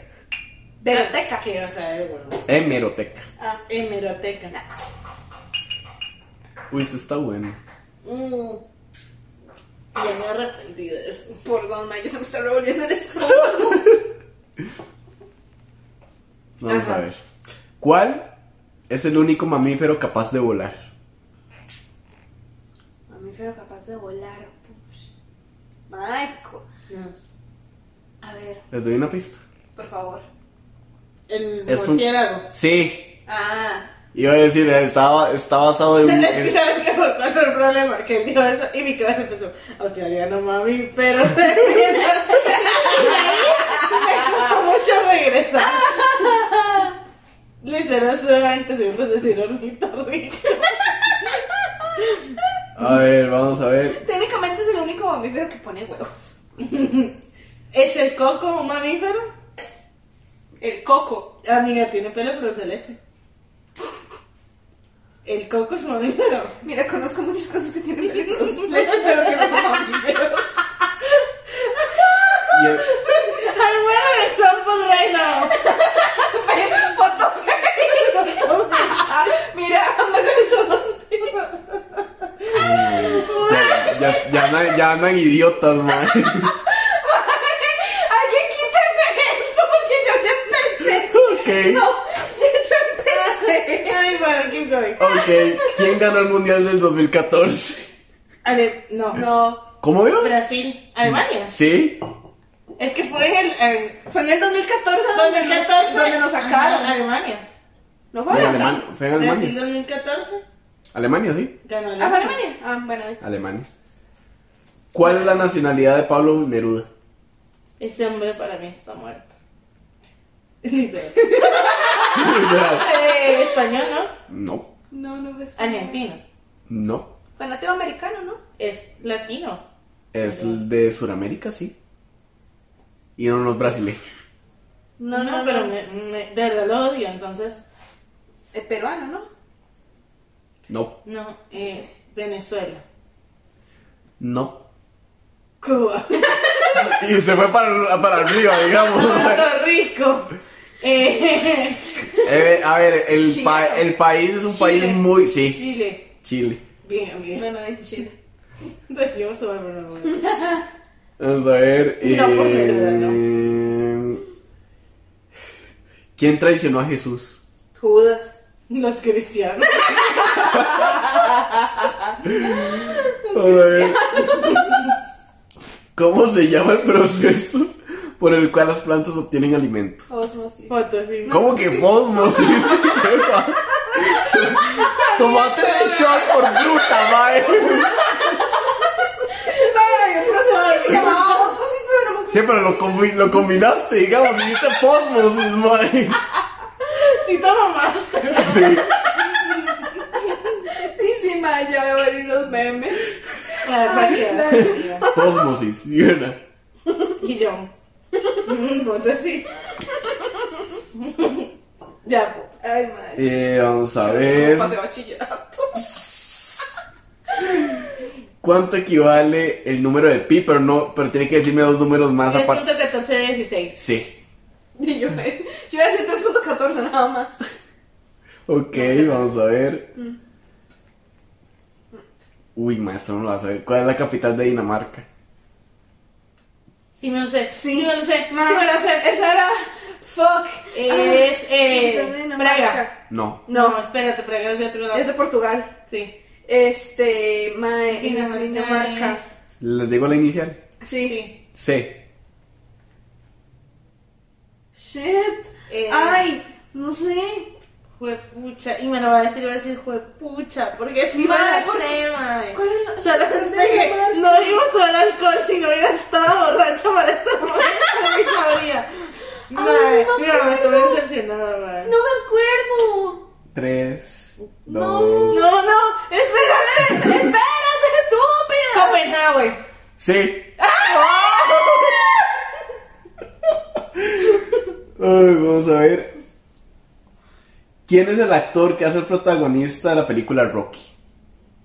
S2: Biblioteca.
S4: ¿Qué vas a ver, huevón?
S3: Hemeroteca.
S4: Ah, hemeroteca.
S3: Uy, eso está bueno.
S4: Mm. Ya me he arrepentido de esto.
S2: Perdón, Maya, se me está revolviendo el estómago.
S3: Vamos
S4: Ajá.
S3: a ver. ¿Cuál es el único mamífero capaz de volar?
S2: Mamífero capaz de volar. push. Maico.
S4: No.
S2: A ver,
S3: Les doy una pista.
S2: por favor.
S4: El
S3: Es un-
S4: murciélago.
S3: Sí.
S2: Ah.
S3: Iba a decir, eh, estaba, está basado en... un- en-
S4: *laughs* ¿Sabes qué fue cuál fue el problema? Que él dijo eso y mi cabeza empezó, australiano mami, pero *laughs* se me costó mucho regresar. Literal, solamente subimos a decir ornitorrinco.
S3: A ver, vamos a ver.
S2: Técnicamente es el único mamífero que pone huevos.
S4: ¿Es el coco un mamífero?
S2: El coco.
S4: Amiga, tiene pelo pero usa leche. ¿El coco es un mamífero?
S2: Mira, conozco muchas cosas que tienen
S4: *laughs*
S2: peligros. Leche, pero que no son mamíferos.
S3: Y el-
S4: ¡Ay, bueno, example right now!
S2: Foto Mira, me he los
S3: ya, ya- ya andan, ya andan
S2: *laughs*
S3: idiotas, man.
S2: Alguien quítame esto porque yo ya empecé.
S3: ok.
S4: *laughs*
S2: No, yo ya empecé.
S4: Ay, bueno, keep going.
S3: Ok. ¿Quién ganó el mundial del 2014?
S4: Ale, no.
S2: No,
S3: ¿Cómo vio?
S4: Brasil, Alemania.
S3: Sí.
S4: Es que fue en el. en-
S2: fue en el 2014 donde,
S4: 2014.
S2: Nos, donde nos sacaron.
S4: Ajá, Alemania.
S2: ¿No fue
S3: Fue en
S2: Brasil?
S3: Alemania. Fue en
S4: Brasil
S3: Alemania.
S4: 2014
S3: Alemania, sí.
S4: ganó
S2: Ah,
S4: Alemania.
S2: fue Alemania. Ah, bueno.
S3: Alemania. ¿Cuál es la nacionalidad de Pablo Neruda? *laughs*
S4: Ese hombre para mí está muerto. *laughs* Literal. Eh, español, ¿no?
S3: no.
S2: No, no ves.
S4: Argentino.
S3: No.
S2: Fue latinoamericano, ¿no?
S4: Es latino.
S3: Es de Sudamérica, sí. Y no los brasileños.
S4: No, no, pero me- me- de verdad lo odio, entonces.
S2: Es peruano, ¿no?
S3: No.
S4: No, eh, Venezuela.
S3: No.
S4: Cuba.
S3: Y se fue para, para arriba, digamos.
S4: *laughs* Puerto *laughs* Rico. Eh,
S3: *laughs* Eh, a ver, el,
S2: Chile.
S3: pa- el país es un país muy... Sí,
S4: Chile.
S3: Chile.
S4: Bien, bien.
S2: Bueno, en
S4: *laughs*
S2: Chile.
S4: Entonces, yo soy bueno.
S3: Vamos a ver.
S4: No, por Neruda,
S3: eh, ¿Quién traicionó a Jesús?
S2: Judas.
S4: Los cristianos.
S3: A ver. ¿Cómo se llama el proceso por el cual las plantas obtienen alimento?
S2: Osmosis.
S4: Fotosíntesis.
S3: ¿Cómo que fosmosis? *laughs* ¿Qué va? Tomate de shot por fruta, mae.
S2: Ay, pero se me se llamaba osmosis, pero no me
S3: Sí, pero lo, combi- lo combinaste, digamos, dijiste fosmosis, mae.
S4: Si toma más.
S3: Sí.
S2: Sí, sí, ma, ya veo venir los memes.
S4: Para que veas.
S3: Fosmosis, ¿sí, verdad?
S4: Y yo. mm, No te sí. Ya, po.
S2: Ay, ma.
S3: Eh, vamos a
S2: Yo
S3: ver.
S2: no sé cómo pasé bachillerato.
S3: ¿Cuánto equivale el número de pi? Pero no, pero tiene que decirme dos números más aparte.
S4: 3.1416.
S3: Sí.
S2: Y *laughs* yo, eh, yo iba a decir 3.14 nada más. Mm.
S3: Ok, vamos a ver. Uy, maestro, no lo vas a ver. ¿Cuál es la capital de Dinamarca?
S4: Sí me lo sé.
S2: Sí.
S4: Sí, me lo sé. Sí
S2: Ma,
S4: me lo sé.
S2: Esa era. Fuck.
S4: Es, eh,
S2: Ah,
S4: Praga.
S3: No.
S4: No,
S2: No,
S4: espérate, Praga es de otro
S2: es
S4: lado.
S2: de Portugal.
S4: Sí.
S2: Este, ma,
S4: Dinamarca
S2: en Dinamarca.
S3: ¿Les digo la inicial?
S2: Sí.
S4: Sí.
S3: C.
S2: Shit.
S4: Eh.
S2: Ay, no sé.
S4: Juepucha, y me lo va a decir, va a decir juepucha, porque eh. si me
S2: Mae,
S4: lo
S2: ¿por qué?
S4: sé, mae.
S2: ¿Cuál es *laughs* la-
S4: Solamente
S2: la
S4: que
S2: marca?
S4: no dimos todo el alcohol si no hubiera estado borracho para ese momento, no sabría. Mae,
S2: no me
S4: mira, me estoy
S2: acuerdo.
S4: decepcionada, mae.
S2: No me acuerdo.
S3: Tres. Dos.
S4: no, no,
S2: Espérate, espérate, estúpida.
S4: Copenhague.
S3: Sí. Ay, vamos a ver. ¿Quién es el actor que hace el protagonista de la película Rocky?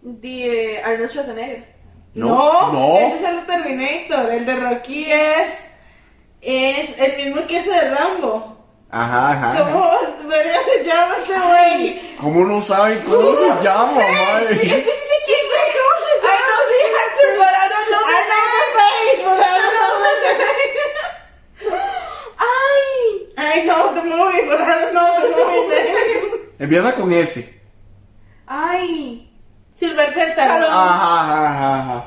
S2: De
S4: eh,
S2: Arnold Schwarzenegger.
S3: No, no.
S4: Ese es el de Terminator, el de Rocky es, es el mismo que ese de Rambo.
S3: Ajá, ajá. ajá.
S4: ¿Cómo verga se llama ese güey?
S3: ¿Cómo no saben cómo se llama,
S2: Es
S3: madre?
S2: que sí sé quién es. I know the actor, but I don't know the
S4: I know the face, but I don't know
S2: Ay.
S4: the I know the movie, but I don't know the movie *laughs* name.
S3: Empieza con S.
S2: Ay.
S4: Sylvester Stallone.
S3: Ajá, ajá, ajá, ajá.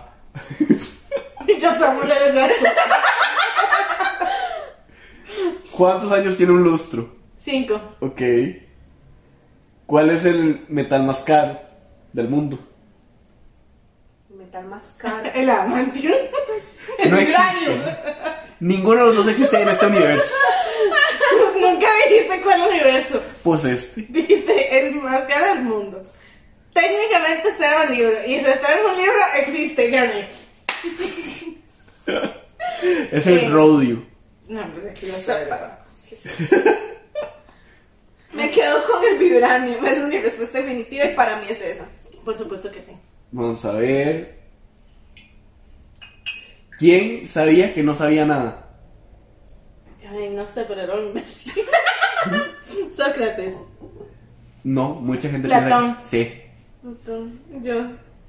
S4: Y yo Samuel L. Jackson.
S3: ¿Cuántos años tiene un lustro?
S4: Cinco.
S3: Ok. ¿Cuál es el metal más caro del mundo?
S2: Metal más caro.
S4: El amantio.
S3: No
S4: El
S3: existe. Ninguno de los dos existe en este universo.
S4: *laughs* Nunca dijiste cuál universo.
S3: Pues este.
S4: Dijiste el más caro del mundo. Técnicamente está en un libro. Y si está en un libro, existe, gané.
S3: Es
S4: Sí.
S3: el rodeo.
S4: No, pues aquí lo está.
S2: Me quedo con el vibranium. Esa es mi respuesta definitiva y para mí es esa.
S4: Por supuesto que sí.
S3: Vamos a ver. ¿Quién sabía que no sabía nada?
S4: Ay, no sé, pero era un imbécil. *laughs* Sócrates.
S3: No, mucha gente
S4: Platón.
S3: piensa que sí.
S2: Entonces, yo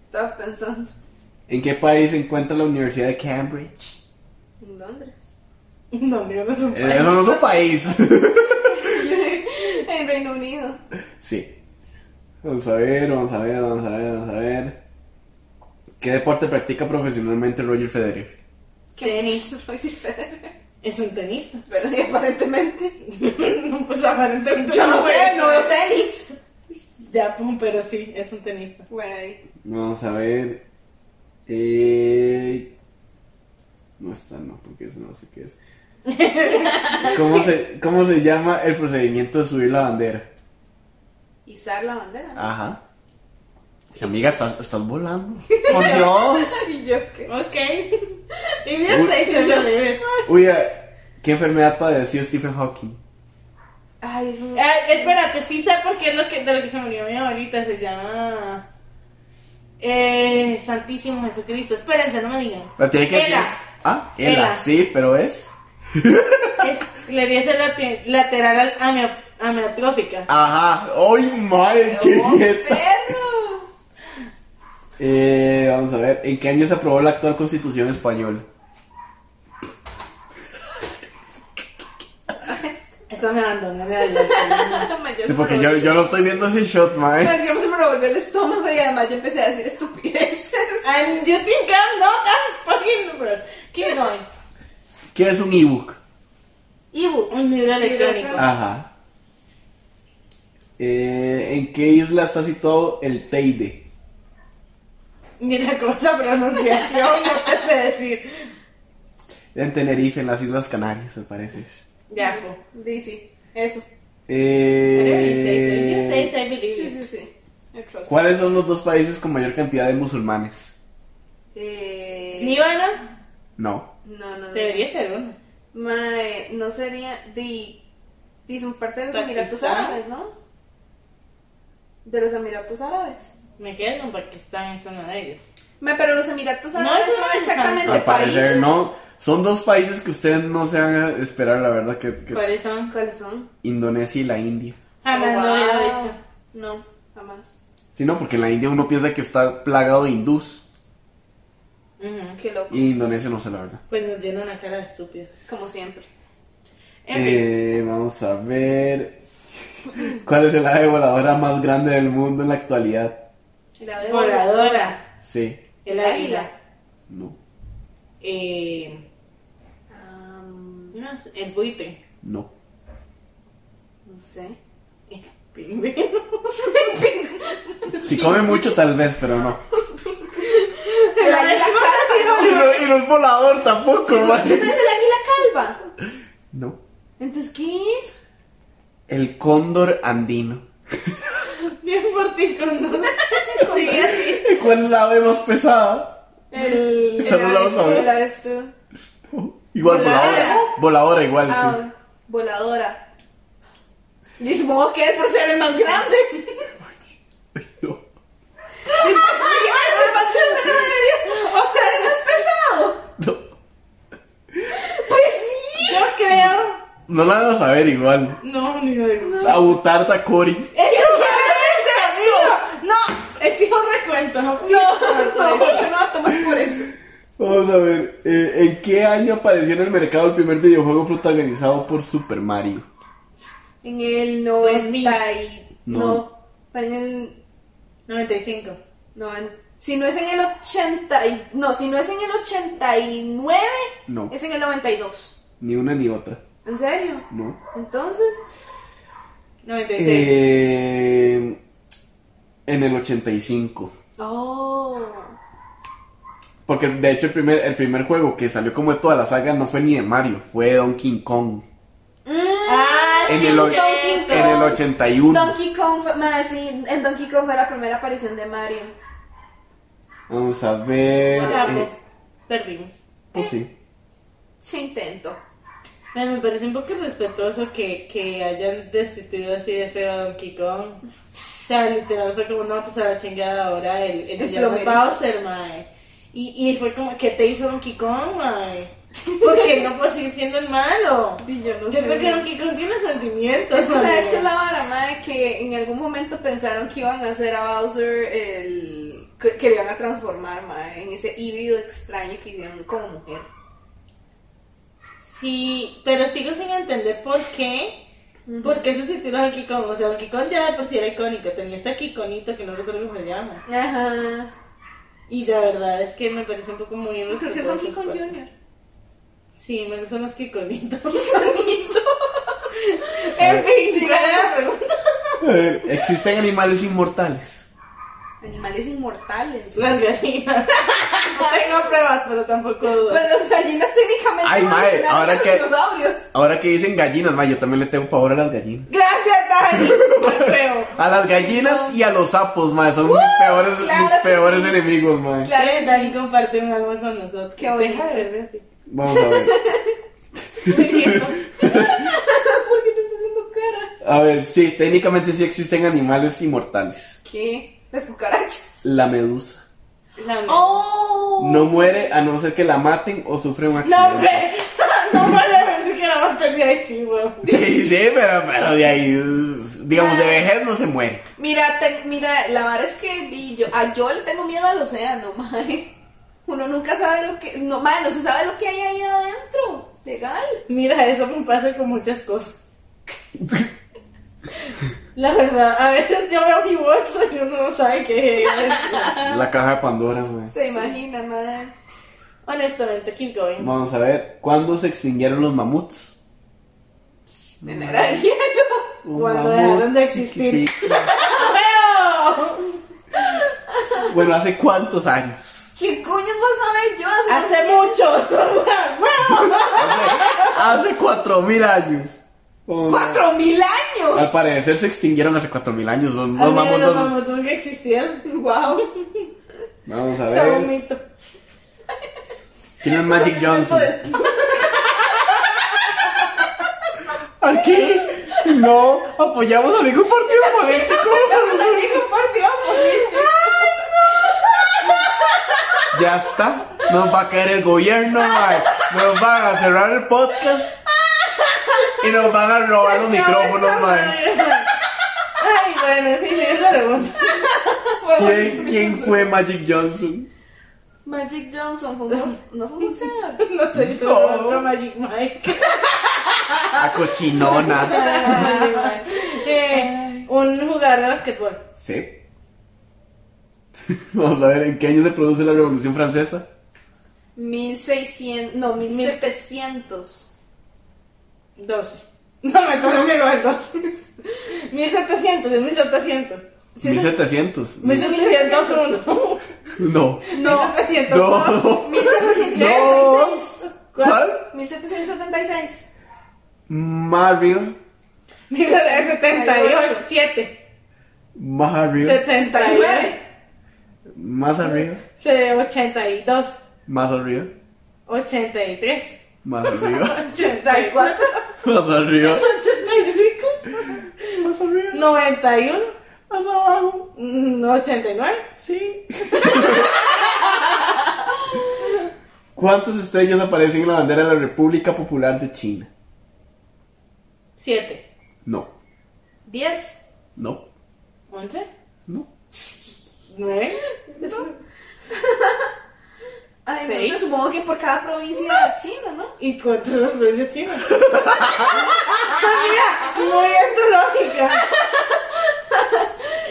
S2: estaba pensando
S3: ¿En qué país se encuentra la Universidad de Cambridge?
S2: en Londres.
S4: No, digo, no es un
S3: Eh, Eso no es un país.
S2: Yo *laughs* en Reino Unido.
S3: sí. Vamos a ver, vamos a ver, vamos a ver, vamos a ver. ¿Qué deporte practica profesionalmente Roger Federer?
S4: tenis.
S2: Soy Federer.
S4: Es un tenista.
S2: Pero sí, aparentemente.
S4: pues aparentemente.
S2: Yo no
S4: fue
S2: sé,
S4: eso.
S2: no veo tenis.
S4: Ya, pum, pero sí, es un tenista.
S2: Bueno, ahí.
S3: Vamos a ver. Eh... No está, no, porque eso no sé qué
S2: *laughs*
S3: es. ¿Cómo se, ¿Cómo se llama el procedimiento de subir la bandera?
S2: Izar la bandera. ¿no?
S3: Ajá. Amiga, estás,
S2: *laughs*
S3: estás volando. ¡Por Dios!
S2: ¿Y yo qué?
S4: Ok. Y bien
S3: Uy.
S4: hecho yo bebé.
S3: Uy, eh, ¿qué enfermedad padeció Stephen Hawking?
S2: Ay, es un.
S4: Eh, espérate, sí sé por qué es lo que, de lo que se murió mi abuelita. Se llama. Eh, Santísimo Jesucristo. Espérense, no me digan.
S3: La tiene que
S4: Ela.
S3: Ah, Ela,
S4: Ela.
S3: sí, pero es.
S4: Es esclerosis lati- lateral al- amio- amiotrófica.
S3: Ajá. ¡Ay, madre! ¡Qué
S2: ¡Oh,
S3: neta!
S2: perro!
S3: Eh, vamos a ver. ¿En qué año se aprobó la actual constitución española?
S4: Esta me abandona me abandona.
S3: Sí, porque yo, yo lo estoy viendo ese shot, mae.
S2: Ay, digamos, se me revolvió el estómago y además yo empecé a decir estupideces.
S4: And you think I'm not a fucking bro. Keep going.
S3: ¿Qué es un ebook?
S2: Ebook.
S4: Un libro electrónico.
S3: Ajá. Eh, ¿En qué isla está situado el Teide?
S4: Mira con esa pronunciación, no te sé decir.
S3: En Tenerife, en las Islas Canarias, me parece.
S4: Yaco.
S2: Dice, eso.
S3: Eh,
S4: I believe.
S2: Sí, sí, sí. El trust.
S3: ¿Cuáles son los dos países con mayor cantidad de musulmanes?
S2: Eh,
S4: Líbano,
S3: No.
S2: No, no, no.
S4: debería ser uno.
S2: Mae, no sería de. Dice son parte de los
S4: Pakistán.
S2: Emiratos Árabes, ¿no? De los Emiratos Árabes.
S4: Me quedo con Pakistán, es uno de ellos.
S2: Mae, pero los Emiratos
S4: No,
S2: Árabes
S4: eso no
S2: son
S4: es
S2: exactamente
S3: Al parecer
S2: países.
S3: no. Son dos países que ustedes no se van a esperar, la verdad, que, que-
S4: ¿Cuáles son?
S2: ¿Cuáles son?
S3: Indonesia y la India.
S4: Jamás
S2: Oh,
S4: lo hubiera
S2: wow.
S4: dicho.
S2: No, jamás.
S3: Sí, no, porque en la India uno piensa que está plagado de hindús.
S4: Ujú.
S2: Qué loco.
S3: Y Indonesia no sé la verdad.
S4: Pues nos dieron una cara de estúpidos.
S2: Como siempre.
S4: En fin.
S3: Eh, vamos a ver. ¿Cuál es el ave voladora más grande del mundo en la actualidad?
S2: Y la
S3: Eh,
S2: veo.
S4: Voladora,
S3: Sí.
S4: el águila,
S3: No.
S4: eh,
S2: Am,
S4: no sé, el buitre,
S3: No.
S2: no sé.
S4: el *laughs* pingüino,
S3: Si come mucho, tal vez, pero no.
S2: El águila calva.
S3: Y no, y no es volador tampoco,
S2: ¿No
S3: ¿vale?
S2: es el águila calva?
S3: No.
S2: Entonces, ¿qué es?
S3: El cóndor andino.
S4: bien por ti con dos.
S2: Sí, así.
S3: ¿Cuál es la ave más pesada?
S2: El.
S3: Esa no la vas a ver.
S2: El aves tú.
S3: Igual, voladora. Voladora, igual, sí.
S2: Ah, voladora. Y supongo que es por ser el más grande.
S3: No.
S2: el más grande no debería. O sea, el más pesado.
S3: No,
S4: Yo creo,
S3: No la vas a ver igual.
S4: no, ni de
S3: Abutarda Cori.
S2: Es que
S4: No, exijo un recuento, no fui.
S2: no, no, yo no voy a tomar por eso.
S3: Vamos a ver. eh, ¿En qué año apareció en el mercado el primer videojuego protagonizado por Super Mario?
S2: En el
S4: 2000.
S2: 90 y...
S3: No.
S2: No. Fue en el...
S4: 95.
S2: No, en- si no es en el 80 y... No, si no es en el 89,
S3: No.
S2: es en el 92.
S3: Ni una ni otra.
S2: ¿En serio?
S3: No.
S2: Entonces...
S4: 96.
S3: Eh, en el 85.
S2: Oh.
S3: Porque de hecho el primer, el primer juego que salió como de toda la saga no fue ni de Mario, fue de Donkey Kong.
S2: Mm,
S4: ah,
S3: En el, o-
S4: sí,
S2: Donkey
S3: en el
S2: Kong.
S3: 81.
S2: Donkey Kong fue... Más, sí, en Donkey Kong fue la primera aparición de Mario.
S3: Vamos a ver.
S4: Capo.
S3: eh,
S4: Perdimos.
S3: pues sí.
S2: Se intento.
S4: Bueno, me parece un poco irrespetuoso que, que hayan destituido así de feo a Donkey Kong. O sea, literal fue como, no, pues a la chingada ahora el, el,
S2: El
S4: villano es
S2: plomero.
S4: Bowser, mae. Y, y fue como, ¿qué te hizo Donkey Kong, mae? Porque no puedo seguir siendo
S2: *laughs*
S4: el malo.
S2: Y yo no
S4: Yo creo que
S2: sé.
S4: Donkey Kong tiene sentimientos,
S2: Es que sabes
S4: mae.
S2: que la vara, mae, que en algún momento pensaron que iban a hacer a Bowser el... que, que le iban a transformar, mae, en ese híbrido extraño que hicieron como mujer.
S4: Sí, pero sigo sin entender por qué. ¿Por qué se titula Donkey Kong? O sea, Donkey Kong ya de por sí era icónico. Tenía este Kikonito que no recuerdo cómo se llama.
S2: Ajá.
S4: Y la verdad es que me parece un poco muy
S2: Creo que es
S4: irrespetuoso.
S2: Donkey
S4: pues.
S2: Kong
S4: por-
S2: Jr.
S4: Sí, me gustan los *laughs* kikonitos.
S2: En fin, sí,
S3: A ver, ¿existen animales inmortales?
S2: Animales inmortales.
S4: Las gallinas. *laughs* No tengo pruebas, pero tampoco dudas.
S2: Pues las gallinas técnicamente
S3: Ay,
S2: son
S3: mae,
S2: originales
S3: ahora
S2: de los
S3: que-
S2: dinosaurios.
S3: Ahora que dicen gallinas, ma, yo también le tengo pavor a las gallinas.
S2: Gracias, Dani.
S4: Pues, No creo.
S3: A las gallinas y a los sapos, ma, son mis peores,
S2: claro
S3: mis
S2: que
S3: peores
S2: sí.
S3: enemigos, ma.
S2: Claro que
S4: Eh, Dani comparte un alma con nosotros.
S2: Qué bonito.
S4: *laughs* Deja de verme así.
S3: Vamos a ver.
S2: ¿Por qué te estás haciendo cara?
S3: A ver, sí, técnicamente sí existen animales inmortales.
S2: ¿Qué? Las cucarachas.
S3: La medusa.
S4: La
S2: ¡Oh!
S3: No muere a no ser que la maten o sufre un
S4: No,
S3: accidente.
S4: hombre. No me voy a decir que la más perdida de sí, weón.
S3: *laughs* Sí, sí, pero, pero de ahí, uh, digamos,
S2: Ah.
S3: de vejez no se muere.
S2: Mira, te- mira, la verdad es que di, yo, a yo le tengo miedo al océano, *laughs* mae. Uno nunca sabe lo que, no, mae, no se sabe lo que hay ahí adentro, legal.
S4: Mira, eso me pasa con muchas cosas. La verdad, a veces yo veo mi bolso y uno no sabe qué es.
S3: La caja de Pandora, güey.
S2: Se imagina, madre.
S4: *laughs* Honestamente, keep going.
S3: Vamos a ver, ¿cuándo se extinguieron los mamuts?
S2: En la era del hielo.
S3: Un
S4: Cuando
S3: mamut
S4: dejaron de existir.
S3: chiquitico.
S4: ¡Veo!
S3: Bueno, ¿hace cuántos años?
S2: ¿Qué coño vas a ver yo? Hace-
S4: Hace mucho. ¡Veo!
S3: Hace cuatro mil años. Oh, no.
S2: ¡Cuatro mil años!
S3: Al parecer se extinguieron hace cuatro mil años. Los, los
S4: Al menos
S3: mamuts
S4: Los
S3: no-
S4: mamuts nunca existieron. ¡Wow!
S3: Vamos a
S4: Se
S3: ver.
S4: vomito.
S3: ¿Quién es Magic
S2: Con el
S3: Johnson?
S2: tiempo
S3: Aquí no apoyamos a ningún partido político.
S2: Un partido político.
S3: Ya está. Nos va a caer el gobierno, mae. Nos van a cerrar el podcast. Y nos van a robar los micrófonos, mae.
S4: Ay, bueno, en fin, eso le gusta.
S3: ¿Quién, quién fue Magic Johnson?
S2: Magic Johnson fue
S4: *laughs*
S2: un... ¿No fue un boxeador?
S4: *laughs* No sé, yo
S3: No.
S4: soy otro Magic Mike.
S3: A cochinona.
S4: Ah, Eh, un jugador de basquetbol.
S3: Sí. *laughs* Vamos a ver, ¿en qué año se produce la Revolución Francesa?
S2: 1600... No, 1700.
S4: 12. No me tengo que el 12. 1700, es 1700.
S2: Sí,
S3: 1700.
S2: sí.
S4: 1701.
S3: No.
S4: No,
S3: No. *laughs*
S2: 1776.
S3: ¿Cuál?
S2: 1776.
S3: Mario.
S4: Mira, 78, 7,
S3: Más arriba.
S4: 79,
S3: Más arriba.
S4: 82,
S3: Más arriba.
S4: 83,
S3: Más arriba. *laughs*
S2: 84.
S3: Más arriba.
S4: 85,
S3: Más arriba.
S4: 91,
S3: Más abajo.
S4: mm, 89.
S3: Sí. *laughs* ¿Cuántas estrellas aparecen en la bandera de la República Popular de China?
S4: 7,
S3: No.
S2: 10.
S3: No.
S4: 11,
S3: No.
S4: 9,
S2: Ay,
S4: Seis.
S2: no sé, supongo que por cada provincia de China, ¿no?
S4: ¿Y cuántas las
S2: *laughs*
S4: provincias chinas? Mira, muy
S2: *laughs*
S4: antológica.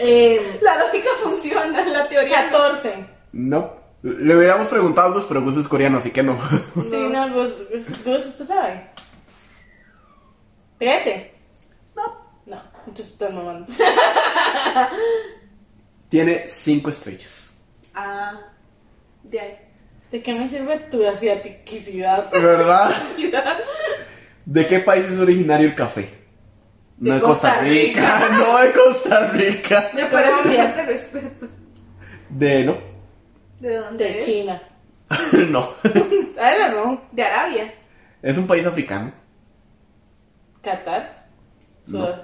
S4: Eh,
S2: La lógica funciona, la teoría.
S4: 14.
S3: No. Le hubiéramos preguntado a los pero Gus es coreano, así que no. *laughs*
S4: Sí, no, vos, vos, vos usted sabe. 13. No. No, entonces estoy mamando.
S3: Tiene cinco estrellas.
S2: Ah, de ahí.
S4: ¿De qué me sirve tu asiaticidad?
S3: ¿Verdad? ¿De qué país es originario el café? No
S4: De
S3: de Costa,
S4: Costa
S3: Rica. *laughs* No de Costa Rica.
S2: Me parece un falta de respeto.
S3: De no. *laughs*
S2: ¿De dónde
S4: De
S2: es?
S4: China.
S3: no.
S4: I don't know.
S2: De Arabia.
S3: Es un país africano.
S4: Qatar. Sud-
S3: No.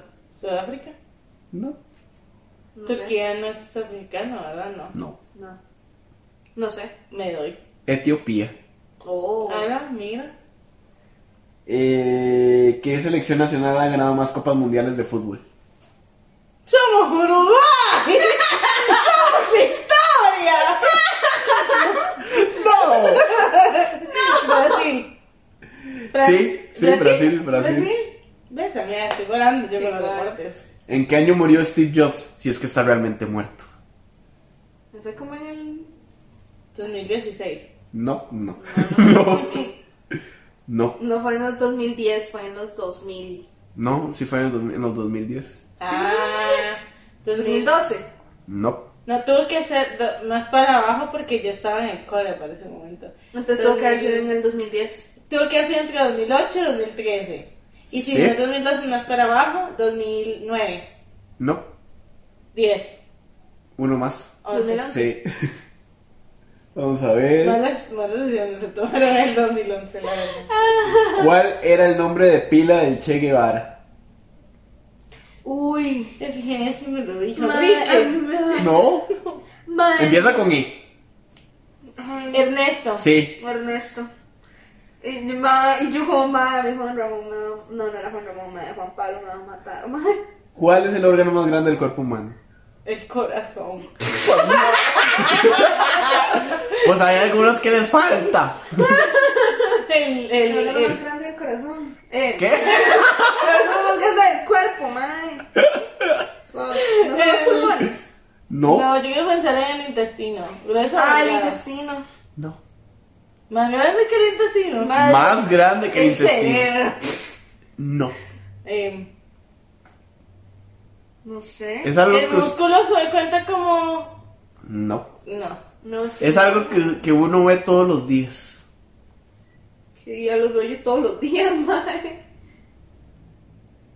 S4: Sudáfrica.
S3: No.
S2: No sé.
S4: Turquía no es africano, ¿verdad? No.
S3: No.
S2: No. No sé.
S4: Me doy.
S3: Etiopía.
S2: Oh.
S4: Ahora, mira.
S3: Eh, ¿Qué selección nacional ha ganado más copas mundiales de fútbol?
S4: ¡Somos *laughs* Uruguay! ¡Somos historia!
S3: *laughs* ¡No!
S4: Brasil.
S3: Sí, sí, Brasil, Brasil.
S4: ¿Ves? Mira, estoy volando yo
S2: Sí,
S4: con los
S2: claro.
S4: deportes.
S3: ¿En qué año murió Steve Jobs? Si es que está realmente muerto.
S2: Me fue como en el.
S4: 2016.
S3: No, *laughs* no. No. No.
S2: No fue en los 2010, fue en los 2000.
S3: No, sí fue en, el dos- en los 2010.
S4: Ah, 2002.
S2: 2012.
S3: No.
S4: No tuvo que ser do- más para abajo porque yo estaba en el cole para ese momento.
S2: Entonces tuvo que haber sido
S4: 2010.
S2: en el 2010.
S4: Tuvo que haber sido entre 2008 y 2013. Y si
S3: Sí.
S4: no 2012 más para abajo, 2009,
S3: No.
S4: 10,
S3: Uno más.
S4: 11.
S2: 2011.
S3: Sí. Vamos a ver.
S4: Malas, malas decisiones se tomaron en el 2011, la verdad.
S3: ¿Cuál era el nombre de pila del Che Guevara?
S2: Uy.
S4: Efigenia sí me lo dijo.
S2: Madre,
S4: Enrique.
S3: No.
S2: madre.
S3: Empieza con I.
S2: Ay,
S4: Ernesto.
S3: Sí.
S2: Ernesto. Y yo, ma, y yo como madre, Juan Ramón me va- No, no era Juan Ramón, madre, Juan Pablo me va a matar, madre.
S3: ¿Cuál es el órgano más grande del cuerpo humano?
S4: El corazón. *laughs*
S3: Pues hay algunos que les falta.
S4: El, el,
S2: El
S4: el,
S2: más grande del corazón. Eh,
S3: ¿Qué?
S2: Pero no nos gasta del cuerpo, mae.
S3: *laughs*
S2: Fuck. No son los
S4: Eh.
S2: pulmones.
S3: No.
S4: No, yo quiero pensar en el intestino. Grueso.
S2: Ah, el
S4: delgado.
S2: intestino.
S3: No.
S4: Más grande que el intestino.
S2: Madre.
S3: Más grande que el intestino.
S2: cerebro.
S3: No.
S4: Eh,
S2: No sé.
S3: Es algo
S4: el
S3: que. us-
S4: músculo se cuenta como.
S3: No.
S4: No. *laughs*
S2: No sé.
S3: Es algo que, que uno ve todos los días.
S2: Que ya los veo yo todos los días, *laughs* mae.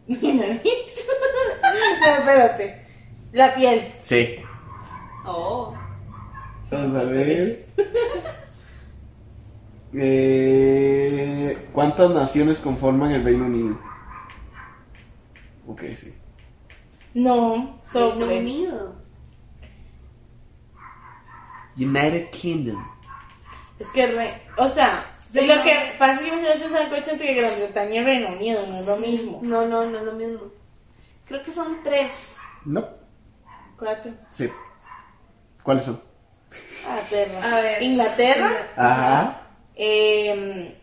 S4: Mi nariz. *laughs* no, espérate. La piel.
S3: Sí.
S2: Oh.
S3: Vamos a ver. *laughs* Eh, ¿Cuántas naciones conforman el Reino Unido? Ok, sí.
S4: No,
S2: Reino
S4: soples.
S2: Unido.
S3: United Kingdom.
S4: Es que, re- o sea, de
S2: Reino-
S4: lo que pasa es que me hace un sancocho entre Gran Bretaña y Reino Unido, no es lo mismo.
S2: No, no, no es lo mismo. Creo que son tres.
S3: No.
S4: Cuatro.
S3: Sí. ¿Cuáles son?
S4: Ah, perra.
S2: A ver.
S4: Inglaterra,
S3: Ajá.
S4: eh,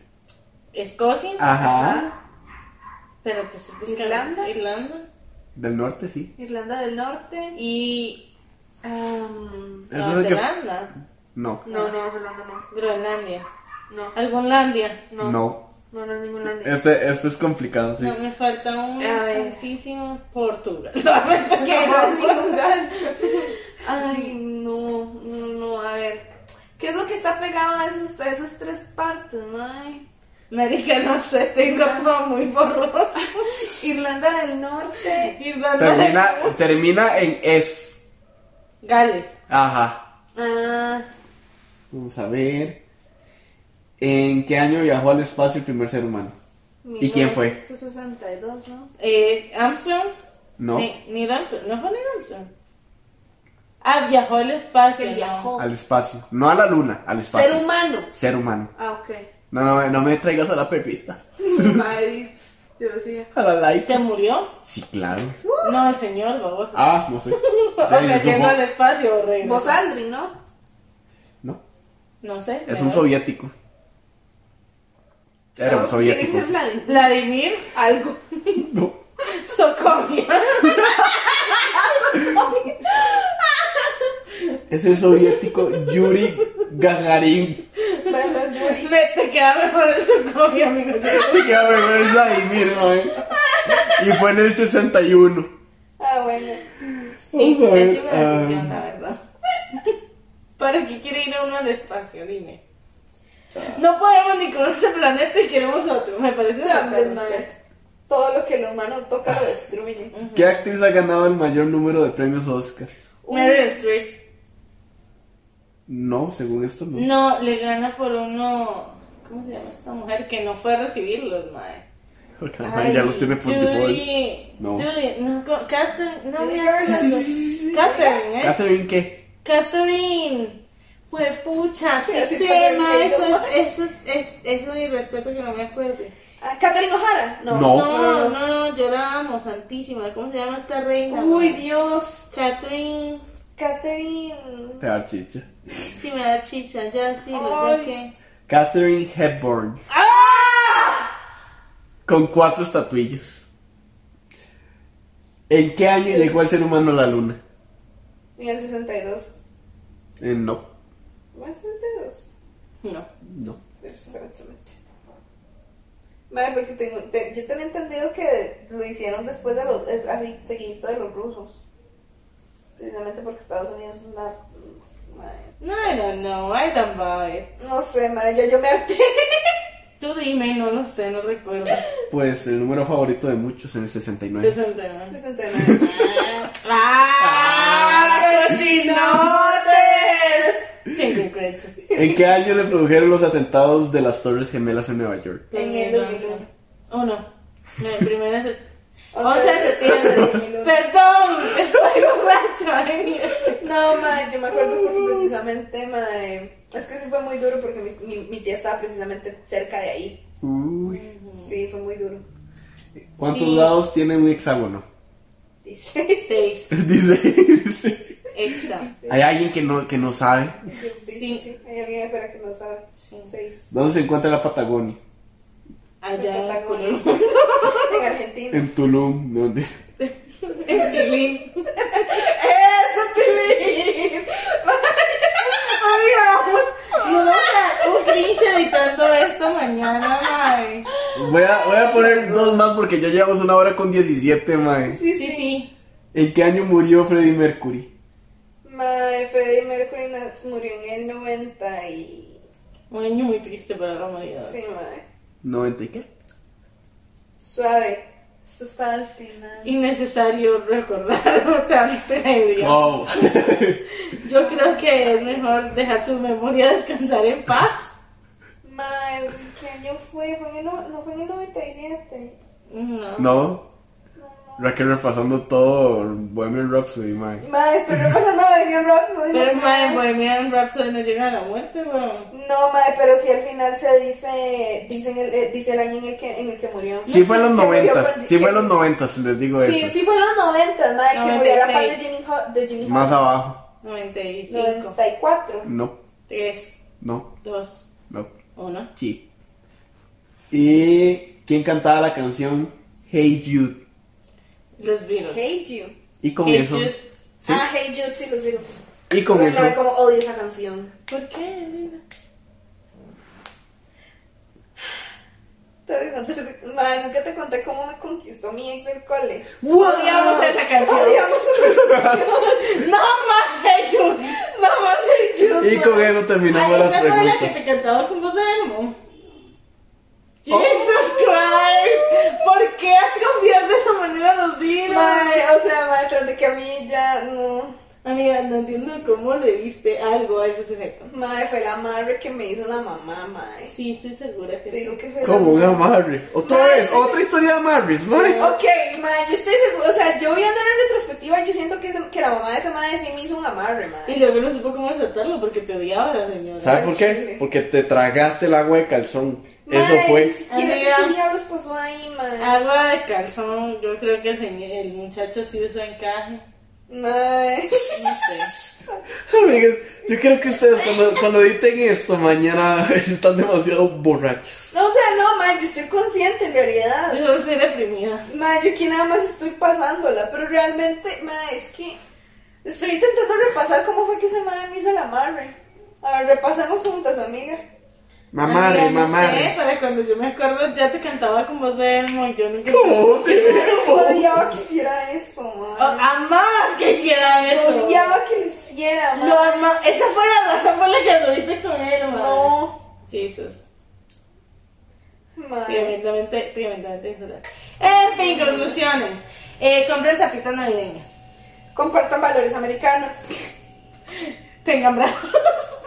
S4: Escocia,
S3: Ah. Ajá.
S4: pero te estoy buscando.
S2: Irlanda.
S4: Irlanda.
S3: Del norte, sí.
S2: Irlanda del Norte.
S4: Y
S2: Am,
S4: Nueva
S3: Entonces, ¿qué-
S4: Zelanda,
S3: No.
S2: no, no, Irlanda no.
S4: Groenlandia,
S2: No,
S4: Algunlandia.
S2: no. No,
S3: No.
S2: no es ningún *laughs* Irlanda.
S3: Este, este es complicado, sí.
S4: No, me falta un
S2: A ver.
S4: santísimo Portugal. *laughs*
S2: ¿Qué? No es ningún lugar. Ay, no, no, no, a ver. ¿Qué es lo que está pegado a, esos, a esas tres partes, mae?
S4: América, no sé, tengo todo muy borroso.
S2: *laughs* Irlanda del Norte.
S4: Irlanda.
S3: Termina, termina en es.
S4: Gales.
S3: Ajá.
S2: Ah,
S3: Vamos a ver. ¿En qué año viajó al espacio el primer ser humano? ¿Y quién fue?
S2: 1962, ¿no?
S4: Eh, Armstrong.
S3: No.
S4: Ni, Neil Armstrong. No fue Neil Armstrong. Ah, viajó al espacio.
S2: Que
S4: no.
S2: viajó.
S3: Al espacio. No a la luna, al espacio.
S2: Ser humano.
S3: Ser humano.
S2: Ah, ok. *laughs*
S3: No, no, no me traigas a la pepita.
S2: Madre, yo decía.
S3: A la light.
S4: ¿Se murió?
S3: Sí, claro.
S4: No, el señor, baboso.
S3: Ah, no sé.
S4: o sea, yendo al espacio, o regresó.
S2: Vos Aldrin, ¿no?
S3: No.
S4: No sé.
S3: Es
S4: ¿verdad?
S3: un soviético. Era un soviético.
S2: ¿Quién es Vladimir?
S4: *laughs* Vladimir
S2: *laughs* Algo.
S3: No.
S4: Sokovia.
S2: *laughs*
S3: Es el soviético Yuri Gagarin.
S2: *laughs*
S4: Me te queda mejor el Sokovia, amigo.
S3: Que a beber Vladimir, ¿no? Y fue en el 61.
S2: Ah, bueno.
S4: Sí,
S3: Vamos a ver,
S4: pésima decisión,
S3: ah.
S4: la verdad. *laughs* ¿Para qué quiere ir a uno al espacio? Dime.
S3: Ah.
S4: No podemos ni con este planeta y queremos otro. Me parece una falta de respeto.
S2: Todo lo que el humano toca lo destruye.
S3: ¿Qué actriz ha ganado el mayor número de premios Oscar?
S4: Meryl Streep.
S3: No, según esto no.
S4: No, le gana por uno. ¿Cómo se llama esta mujer? Que no fue a recibirlos, madre.
S3: Porque
S2: Ay,
S3: man, ya los tiene por default.
S4: Julie.
S3: No.
S4: Julie. No, co- Catherine. No,
S2: Julie.
S4: mira,
S3: Sí, sí, sí, sí, sí.
S4: Catherine, ¿eh?
S3: ¿Catherine qué?
S4: Catherine. Fue pucha, sí,
S2: así
S4: sé,
S2: fue el
S4: ma,
S2: video.
S4: eso es, eso es, es, eso es irrespeto que no me acuerde.
S2: Ah, ¿Catherine O'Hara? No.
S3: No.
S4: No, no, no, yo la amo, santísima. ¿Cómo se llama esta reina?
S2: Uy,
S4: ma?
S2: Dios.
S4: Catherine.
S2: Catherine.
S3: Te da chicha.
S4: Si me da chicha, ya sí, ¿ya
S2: Ay.
S4: qué?
S3: Catherine Hepburn.
S2: ¡Ah!
S3: Con cuatro estatuillas. ¿En qué año llegó el ser humano a la luna?
S2: En el 62.
S3: Eh, no.
S2: ¿En el 62?
S4: No.
S3: No.
S2: Absolutamente. Madre, porque tengo, te- yo tenía entendido que lo hicieron después de los, es- así, seguidito de los rusos. Precisamente porque Estados Unidos es una... madre.
S4: No, no, no, I don't buy it.
S2: No sé, madre, ya yo me harté. *laughs*
S4: Tú dime, no lo sé, no recuerdo.
S3: Pues el número favorito de muchos en el 69.
S4: 69.
S2: 69.
S4: ¡Ah!
S2: ¡Cochinotes!
S4: Chingo crechos.
S3: ¿En qué año le produjeron los atentados de las Torres Gemelas en Nueva York?
S2: En el 2001.
S4: Uno. No, el primero
S2: *laughs*
S4: es el-
S2: 11 de septiembre de 2001.
S4: Perdón, estoy borracho, ay, mira.
S2: No, madre, yo me acuerdo porque precisamente, madre... Es que sí fue muy duro porque mi, mi, mi tía estaba precisamente cerca de ahí.
S3: Uy.
S2: Sí, fue muy duro.
S3: ¿Cuántos
S4: Sí.
S3: lados tiene un hexágono? *laughs*
S2: Dice...
S4: Seis.
S3: Dice. dice.
S4: Extra.
S3: Hay alguien que no, que no sabe.
S2: *laughs* Sí,
S4: Sí.
S2: sí, hay alguien afuera que no sabe.
S4: Sí.
S2: Seis.
S3: ¿Dónde se encuentra la Patagonia?
S4: Allá en la color *laughs*
S2: en Argentina.
S3: En Tulum, no mentira.
S4: En Tilín.
S2: ¡Eso, Tilín!
S4: Ay, No, un cringe editando esto mañana, mae.
S3: Voy a, voy a poner dos más porque ya llevamos una hora con 17, mae.
S2: Sí,
S4: Sí,
S2: sí.
S4: sí.
S3: ¿En qué año murió Freddie Mercury?
S2: Mae, Freddie Mercury nas- murió en el 90 y...
S4: Un año muy triste para la humanidad.
S2: Sí, mae.
S3: 90 y qué?
S2: Suave. Eso está al final.
S4: Innecesario *laughs* recordarlo tan tragedia.
S3: Wow.
S4: Yo creo que es mejor dejar su memoria *laughs* descansar en paz.
S2: Mae, ¿qué año fue? ¿Fue en el no, no fue en el 97?
S3: *laughs*
S4: No.
S3: No. Raquel repasando todo Bohemian Rhapsody, mae.
S2: Mae, estoy repasando Bohemian Rhapsody.
S4: Pero
S2: no
S4: mae,
S2: más.
S4: Bohemian Rhapsody no llega a la muerte, weón.
S2: No, mae, pero si al final se dice, dicen el, eh, dice el año en el que, en el que murió.
S3: Sí fue en los
S2: Que murió
S3: 90,
S2: con-
S3: sí fue en
S2: que-
S3: los 90, les digo
S2: Sí,
S3: eso.
S2: sí fue en los 90, mae, que murió a la par de
S4: 96.
S2: Jimmy Ho- de Jimmy
S3: Más abajo.
S4: 95,
S2: 94.
S3: No,
S4: 3,
S3: no,
S4: 2,
S3: no.
S4: 1.
S3: Sí. ¿Y quién cantaba la canción Hey Jude?
S4: Los Beatles.
S2: Hate You.
S3: Y con
S4: Hey
S3: eso.
S4: Jude.
S3: Sí.
S2: Ah, Hey Jude, sí, los Beatles.
S3: Y con
S2: Uy,
S3: eso.
S2: mae, como odio esa canción.
S4: ¿Por qué, Elena?
S2: Te voy a contar- Mae, nunca te conté cómo me conquistó mi ex del cole.
S3: ¡Wow!
S4: Odiamos esa canción.
S2: Odiamos esa canción.
S4: No más Hey Jude.
S2: Nada más Hey Jude.
S3: Y con
S2: mae.
S3: eso terminamos
S4: Ay,
S3: las
S4: Ah, esa fue la que
S3: preguntas.
S4: te cantaba con voz de Elmo.
S3: Oh.
S4: Jesus Christ, ¿por qué atrofiar de esa manera los Beatles?
S2: Mae, o sea, mae, tras de que a mí ya no.
S4: Amiga, no entiendo cómo le diste algo a ese sujeto.
S2: Mae, fue la madre que me hizo la mamá, mae.
S4: Sí, estoy segura que
S2: Te digo que fue
S3: Como un
S2: la madre.
S3: amarre. Otra
S2: Madre,
S3: vez,
S2: estoy-
S3: otra historia de amarres, madre.
S2: Ok, mae, yo estoy segura, o sea, yo viendo en retrospectiva, yo siento que, ese- que la mamá de esa madre sí me hizo un amarre,
S4: sí. Y
S2: mae.
S4: luego no supo cómo tratarlo porque te odiaba la señora.
S3: ¿Sabes por qué?
S2: Chile.
S3: Porque te tragaste el agua de calzón. Eso
S2: Mae, Ni
S3: fue. *laughs*
S2: siquiera sé
S4: Amiga.
S2: qué diablos pasó ahí, mae.
S4: Agua de calzón, yo creo que el, señor- el muchacho sí usó encaje.
S2: Mae.
S4: No sé.
S3: Amigas, yo creo que ustedes cuando, cuando editen esto mañana *laughs* están demasiado borrachos.
S2: *laughs* No, o sea, no, mae, yo estoy consciente en realidad.
S4: Yo solo estoy deprimida.
S2: Mae, yo aquí nada más estoy pasándola, pero realmente, mae, es que estoy intentando repasar cómo fue que esa madre me hizo el amarre. A ver, repasemos juntas,
S4: *laughs*
S2: amiga.
S3: Mamarre,
S4: Amiga, no sé,
S3: mamarre.
S4: para cuando yo me acuerdo ya te cantaba con voz de Elmo y yo nunca...
S3: ¿Cómo te amo?
S2: Odiaba que hiciera eso,
S4: Oh,
S2: mae.
S4: amabas que hiciera eso.
S2: Odiaba que lo hiciera, mae.
S4: Lo ama- Esa fue la razón por la que anduviste con él, madre.
S2: No,
S4: Jesus.
S2: madre.
S4: Tremendamente, tremendamente insular. En fin, conclusiones. Eh, compren tapitas navideñas.
S2: Compartan valores americanos.
S4: Tengan brazos. *laughs*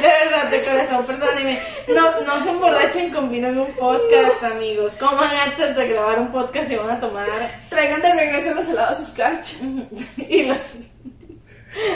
S4: de verdad, de corazón, perdóneme. No, no se emborrachen con vino en un podcast, amigos. Coman antes de grabar un podcast y van a tomar
S2: Traigan de regreso los helados Scratch.
S4: *laughs* y las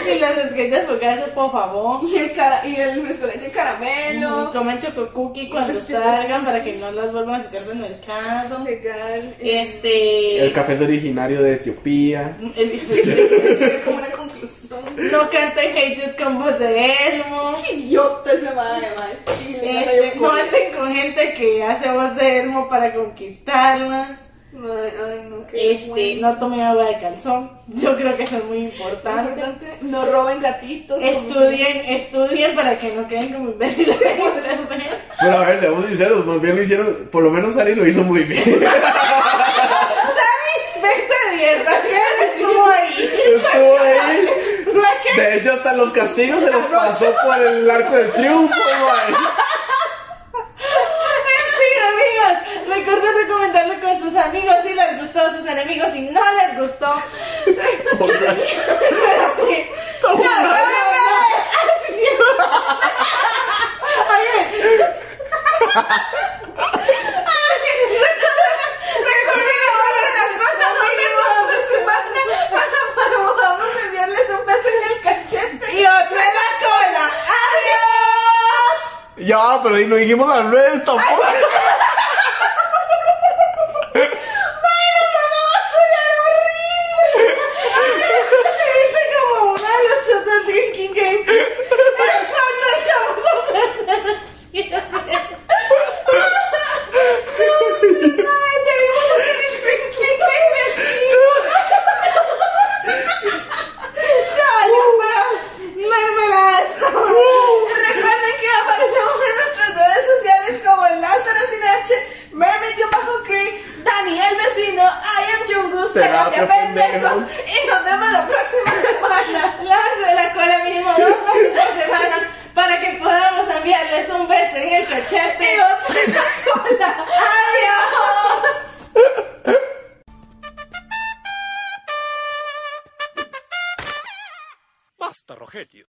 S4: y las esquetas focadas, por favor.
S2: Y el, cara, y el fresco leche en caramelo.
S4: Coman choco cookie cuando salgan para que no las vuelvan a sacar del mercado.
S2: Legal.
S4: Este
S3: El café es originario de Etiopía.
S4: el-
S2: *laughs* Como una conclusión.
S4: *laughs* no canten Hey Jude con voz de Elmo.
S2: Qué idiota esa madre, madre. Chile.
S4: Este, no
S2: madre.
S4: anden con gente que hace voz de Elmo para conquistarla.
S2: Madre, Ay, no, qué
S4: Este,
S2: vergüenza.
S4: no tomen agua de calzón. Yo creo que eso es muy
S2: Lo
S4: importante.
S2: importante, no roben gatitos. *laughs*
S4: Estudien, estudien para que no queden como imbéciles en internet.
S3: Pero a ver, seamos sinceros, más bien lo hicieron, por lo menos Ari lo hizo muy bien.
S4: Vete bien, Raquel estuvo ahí.
S3: Estuvo ahí.
S4: Raquel,
S3: De hecho, hasta los castigos se los pasó por el arco del triunfo, madre.
S4: en fin, amigos. Recuerden recomendarlo con sus amigos si les gustó, sus enemigos si no les gustó.
S3: Borracho.
S4: Espérate.
S3: Toma.
S4: Ya, ya, ya. Oye,
S2: Recuerden que ahora las cosas no tenemos esta semana. Vamos a enviarles un beso en el cachete.
S4: y otro
S3: Ya, pero ahí no dijimos las redes tampoco.
S4: Se viste como una de los shows del Drinking Game. Es cuando echamos a perder los chistes. Ay, debimos hacer el Drinking Game aquí. Ya, yo puedo. Mermelada de sabor. Recuerden que aparecemos en nuestras redes sociales como Lázaro Sin H, Mermaid-Cree, Daniel Vecino, I am Jungus,
S3: Terapia
S4: Terapia Pendejos.
S3: Pendejos.
S4: Y nos vemos la próxima semana. Lávese la cola mínimo dos veces por semana para que podamos enviarles un beso en el cachete y otro en la cola. ¡Adiós!
S5: Basta, Rogelio.